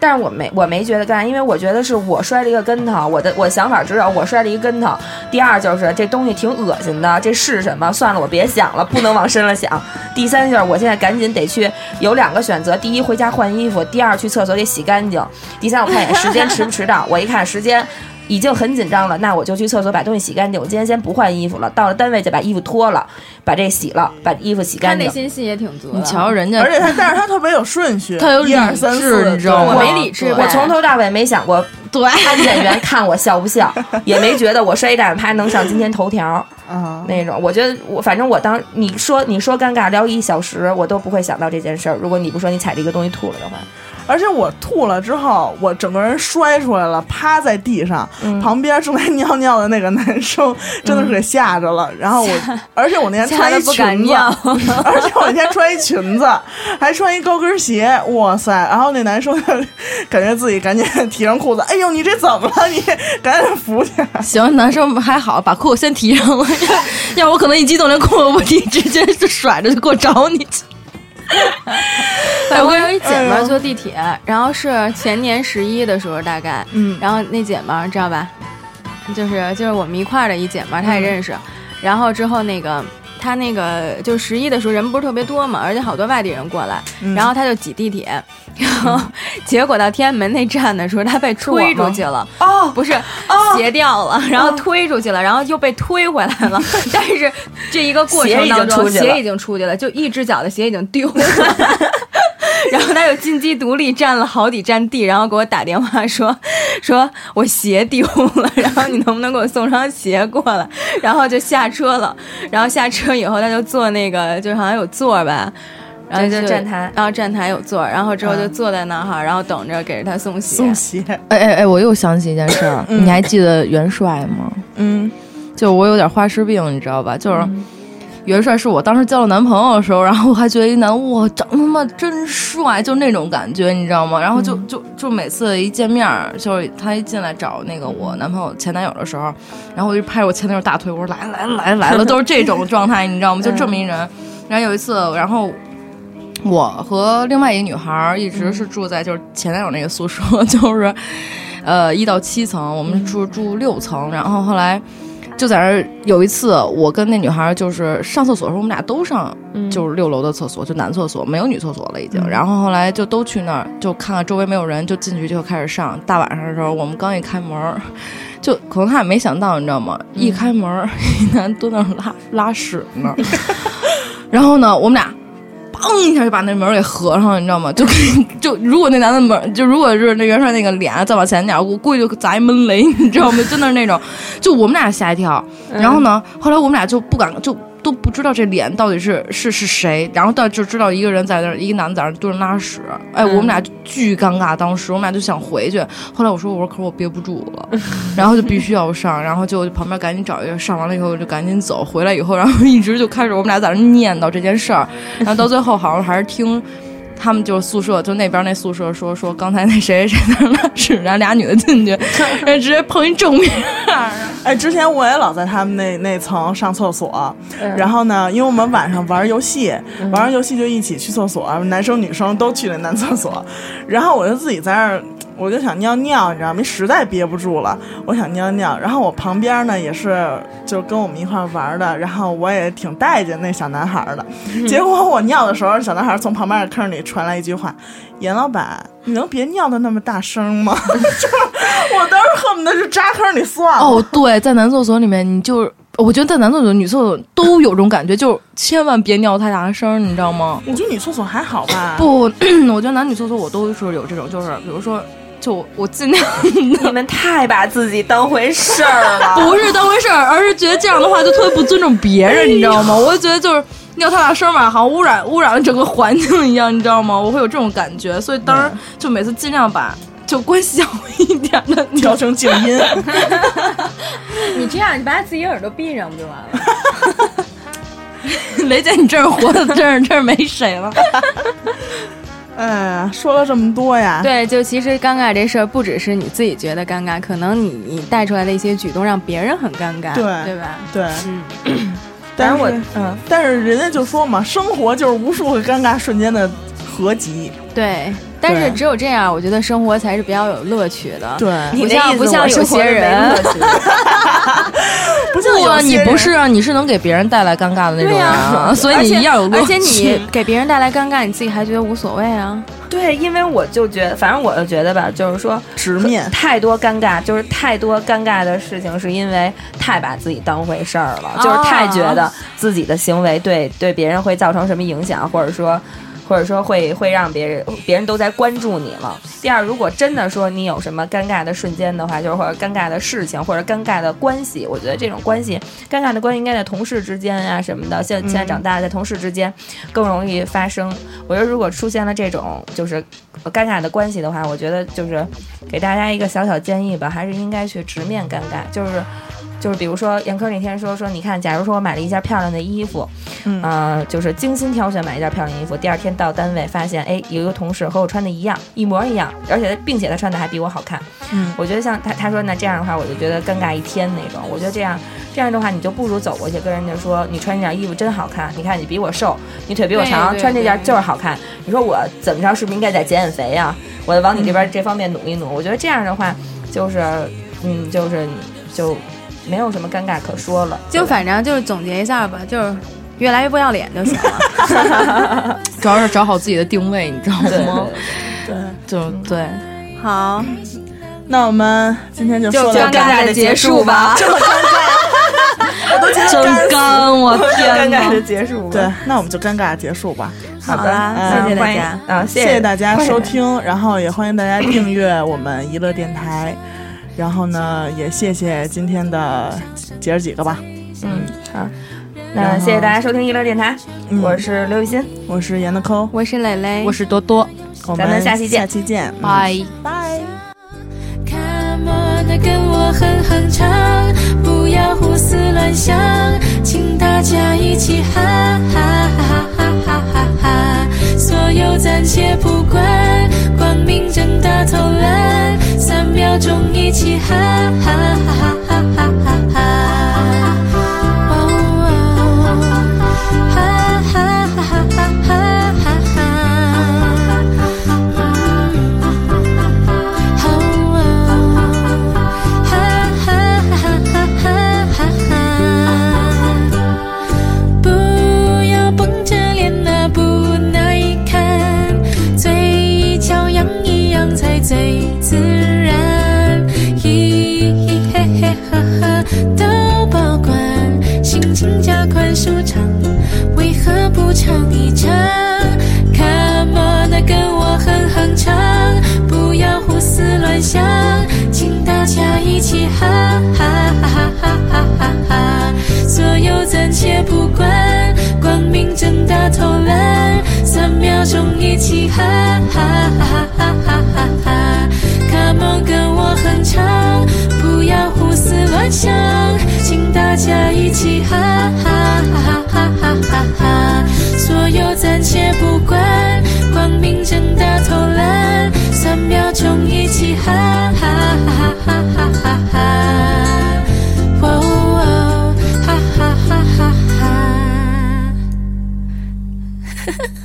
Speaker 6: 但是我没我没觉得干，因为我觉得是我摔了一个跟头，我的我想法只有我摔了一个跟头。第二就是这东西挺恶心的，这是什么？算了，我别想了，不能往深了想。第三就是我现在赶紧得去，有两个选择：第一，回家换衣服；第二，去厕所得洗干净；第三，我看一眼时间迟不迟到。我一看时间。已经很紧张了，那我就去厕所把东西洗干净。我今天先不换衣服了，到了单位就把衣服脱了，把这洗了，把衣服洗
Speaker 5: 他
Speaker 6: 干净
Speaker 5: 内。心戏也挺足的。
Speaker 4: 你瞧人家
Speaker 3: 而且他，但是他特别有顺序，
Speaker 4: 他有理
Speaker 3: 一二三
Speaker 4: 智，
Speaker 3: 四，
Speaker 4: 你知道吗？
Speaker 5: 我没理智
Speaker 4: 对
Speaker 5: 吧
Speaker 6: 我从头到尾没想过
Speaker 4: 对，
Speaker 6: 安检员看我笑不笑，也没觉得我摔一大趴能上今天头条
Speaker 3: 啊，
Speaker 6: 那种。我觉得我反正我当你说你说尴尬聊一小时，我都不会想到这件事儿。如果你不说你踩着一个东西吐了的话，
Speaker 3: 而且我吐了之后，我整个人摔出来了，趴在地上，
Speaker 5: 嗯
Speaker 3: 旁边正在尿尿的那个男生真的是给吓着了。然后我，而且我那天
Speaker 5: 嗯吓
Speaker 3: 穿
Speaker 5: 得
Speaker 3: 一
Speaker 5: 不敢
Speaker 3: 裙子，
Speaker 5: 尿
Speaker 3: 而且我那天穿一裙子，还穿一高跟鞋，哇塞！然后那男生就感觉自己赶紧提上裤子，哎呦，你这怎么了？你赶紧扶起来。
Speaker 4: 行，男生还好，把裤子先提上 了，要我可能一激动连裤子不提，直接就甩着就给我找你去。
Speaker 5: 哎，我嗯有一姐们
Speaker 3: 哎
Speaker 5: 儿
Speaker 3: 呦
Speaker 5: 坐地铁，然后是前年十一的时候大概，
Speaker 3: 嗯
Speaker 5: 然后那姐们儿知道吧，就是就是我们一块儿的一姐们儿，她也认识，然后之后那个。她那个就十一的时候人不是特别多嘛，而且好多外地人过来，
Speaker 3: 嗯
Speaker 5: 然后她就挤地铁，然后结果到天安门那站的时候，她被推出去了，
Speaker 6: 哦，
Speaker 5: 不是斜掉了，然后推出去了，然后又被推回来 了。但是这一个过程当中，
Speaker 6: 鞋已经出去了
Speaker 5: 鞋已经出去了，就一只脚的鞋已经丢 了。然后他又金鸡独立站了好几站地，然后给我打电话说说我鞋丢了，然后你能不能给我送双鞋过来？然后就下车了，然后下车以后他就坐那个就是好像有座儿吧，然后
Speaker 6: 对就站台嗯
Speaker 5: 然后站台有座，然后之后就坐在那儿哈，然后等着给他送鞋。
Speaker 3: 送鞋，
Speaker 4: 哎哎哎，我又想起一件事儿，你还记得元帅吗？
Speaker 3: 嗯，
Speaker 4: 就我有点花痴病，你知道吧？就是元帅是我当时交了男朋友的时候，然后我还觉得一男哇长他妈真帅，就那种感觉，你知道吗？然后就就就每次一见面儿，就是他一进来找那个我男朋友前男友的时候，然后我就拍着我前男友大腿，我说来了来了来了来了，都是这种状态，你知道吗？就这么一人。然后有一次，然后我和另外一个女孩儿一直是住在就是前男友那个宿舍， 就是呃一到七层，我们住住六层，然后后来就在那儿有一次，我跟那女孩儿就是上厕所的时候，我们俩都上就是六楼的厕所，就男厕所没有女厕所了已经，然后后来就都去那儿就看看周围没有人，就进去就开始上。大晚上的时候，我们刚一开门儿。就可能他也没想到，你知道吗？一开门儿， 一男蹲那儿拉拉屎呢，然后呢，我们俩砰一下就把那门儿给合上了，你知道吗？就就如果那男的门，就如果是那元帅那个脸再往前点儿，我估计就砸一闷雷，你知道吗？真的是那种，就我们俩吓一跳。然后呢，后来我们俩就不敢，就都不知道这脸到底是是是谁，然后到就知道一个人在那儿，一个男的在那儿蹲着拉屎。哎，我们俩就巨尴尬，当时我们俩就想回去。后来我说我说可是我憋不住了，然后就必须要上，然后就旁边赶紧找一个上完了以后就赶紧走，回来以后然后一直就开始我们俩在那念叨这件事儿，然后到最后好像还是听。他们就是宿舍，就那边那宿舍说说刚才那谁谁谁在那儿拉屎，然后俩女的进去， 然后直接碰一正面，
Speaker 3: 哎，之前我也老在他们那那层上厕所，然后呢，因为我们晚上玩游戏，玩完游戏就一起去厕所，男生女生都去那男厕所，然后我就自己在那儿，我就想尿尿，你知道吗？实在憋不住了，我想尿尿。然后我旁边呢也是就跟我们一块儿玩的，然后我也挺待见那小男孩儿的， 结果我尿的时候，小男孩儿从旁边的坑里传来一句话：“严老板，你能别尿的那么大声吗？” 就是我当时恨不得就扎坑里算了。
Speaker 4: 哦，对，在男厕所里面，你就是我觉得在男厕所、女厕所都有这种感觉，就是千万别尿太大声，你知道吗？
Speaker 3: 我觉得女厕所还好吧？，
Speaker 4: 不， 我我觉得男女厕所我都是有这种，就是比如说，就我尽量
Speaker 6: 你们太把自己当回事儿 了。
Speaker 5: 啊
Speaker 4: 不是当回事儿，而是觉得这样的话就特别不尊重别人，你知道
Speaker 5: 哎
Speaker 4: 吗？我就觉得就是尿太大声吧，好像污染污染了整个环境一样，你知道吗？我会有这种感觉，所以
Speaker 5: 嗯
Speaker 4: 当时就每次尽量把就关小一点的尿
Speaker 3: 调成静 音。
Speaker 5: 你这样，你把自己耳朵闭上不就完了？
Speaker 4: 雷姐，你这儿活的真是真是没谁了。
Speaker 3: 哎呀，说了这么多呀，
Speaker 5: 对，就其实尴尬这事儿，不只是你自己觉得尴尬，可能你你带出来的一些举动让别人很尴尬，
Speaker 3: 对
Speaker 5: 对吧？
Speaker 3: 对，
Speaker 5: 嗯，
Speaker 3: 但是
Speaker 6: 我
Speaker 3: 嗯，但是人家就说嘛，生活就是无数个尴尬瞬间的合集。
Speaker 5: 对。但是
Speaker 3: 对
Speaker 5: 只有这样，我觉得生活才是比较有乐趣的。
Speaker 3: 对，
Speaker 6: 你
Speaker 5: 不
Speaker 6: 那
Speaker 5: 像
Speaker 6: 意思
Speaker 5: 不像
Speaker 6: 我
Speaker 5: 有
Speaker 6: 生活
Speaker 5: 些
Speaker 6: 着没
Speaker 5: 人
Speaker 6: 乐趣
Speaker 3: 不像
Speaker 4: 不
Speaker 3: 有
Speaker 4: 啊，
Speaker 3: 些
Speaker 4: 你
Speaker 3: 人
Speaker 4: 不是啊，你是能给别人带来尴尬的那种
Speaker 5: 对
Speaker 4: 人
Speaker 5: 呀、
Speaker 4: 啊，所以
Speaker 5: 而
Speaker 4: 你
Speaker 5: 且
Speaker 4: 一样有乐
Speaker 5: 而且
Speaker 4: 趣
Speaker 5: 你给别人带来尴尬，你自己还觉得无所谓啊。
Speaker 6: 对，因为我就觉得，反正我就觉得吧，就是说，
Speaker 3: 直面，
Speaker 6: 太多尴尬，就是太多尴尬的事情，是因为太把自己当回事儿了，就是
Speaker 3: 哦
Speaker 6: 太觉得自己的行为对对别人会造成什么影响，或者说。或者说会会让别人别人都在关注你了。第二，如果真的说你有什么尴尬的瞬间的话，就是或者尴尬的事情或者尴尬的关系，我觉得这种关系尴尬的关系应该在同事之间啊什么的。现现在长大了，在同事之间更容易发生。我觉得如果出现了这种就是尴尬的关系的话，我觉得就是给大家一个小小建议吧，还是应该去直面尴尬，就是。就是比如说，严科那天说说，你看，假如说我买了一件漂亮的衣服，
Speaker 3: 嗯
Speaker 6: 呃，就是精心挑选买一件漂亮衣服，第二天到单位发现，哎，有一个同事和我穿的一样，一模一样，而且并且他穿的还比我好看，
Speaker 3: 嗯，
Speaker 6: 我觉得像他他说那这样的话，我就觉得尴尬一天那种。我觉得这样这样的话，你就不如走过去跟人家说，你穿这件衣服真好看，你看你比我瘦，你腿比我长，
Speaker 5: 对对
Speaker 6: 穿这件
Speaker 5: 对
Speaker 6: 就是好看。你说我怎么着是不是应该再减减肥呀、我往你这边这方面努一努。我觉得这样的话，就是嗯，就是你就没有什么尴尬可说了。
Speaker 5: 就反正就是总结一下吧，就是越来越不要脸就行 了。
Speaker 4: 主要是找好自己的定位，你知道
Speaker 6: 对
Speaker 4: 吗？就对，
Speaker 5: 好，
Speaker 3: 那我们今天就
Speaker 5: 就
Speaker 3: 说到
Speaker 5: 尴
Speaker 3: 这儿
Speaker 5: 尬的结束吧。
Speaker 3: 这么尴尬，我都觉得
Speaker 4: 真
Speaker 3: 尴尬。
Speaker 4: 干，我天哪！
Speaker 6: 的结束
Speaker 3: 对，那我们就尴尬结束吧。
Speaker 6: 好
Speaker 5: 好
Speaker 6: 吧，
Speaker 5: 啦谢
Speaker 6: 嗯
Speaker 5: 谢大
Speaker 6: 欢迎
Speaker 5: 家
Speaker 6: 啊，
Speaker 3: 谢
Speaker 6: 谢
Speaker 3: 谢大家收听，然后也欢迎大家订阅我们娱乐电台。然后呢，也谢谢今天的姐儿几个吧。
Speaker 6: 嗯，好，那谢谢大家收听娱乐电台，
Speaker 3: 嗯
Speaker 6: 我是刘雨欣，
Speaker 3: 我是严的抠，
Speaker 5: 我是蕾蕾，
Speaker 4: 我是多多，
Speaker 3: 我
Speaker 6: 咱们下期见
Speaker 3: 下期见，嗯
Speaker 4: 拜。
Speaker 3: 拜。
Speaker 7: Come on，跟我哼哼唱，不要胡思乱想，请大家一起哈哈哈哈哈哈哈！所有暂且不管，光明正大投篮，三秒钟一起哈哈哈哈哈哈哈！哦哦，哈哈哈哈哈哈哈哈！哈哈哈哈哈哈哈！不要绷着脸啊，不耐看，嘴角扬一扬才最自然。嘿嘿嘿嘿呵呵，都保管，心情加快舒畅，为何不唱一唱？Come on，啊跟我哼哼唱，不要胡思乱想，请大家一起哈哈哈哈哈哈哈哈！所有暂且不管，光明正大投篮，三秒钟一起哈哈哈哈哈哈哈！Come on，跟我哼唱，不要胡思乱想，请大家一起哈哈哈哈哈哈哈！所有暂且不管，光明正大投篮，三秒钟一起哈哈哈哈哈哈哈！哇哦，哈哈哈哈哈！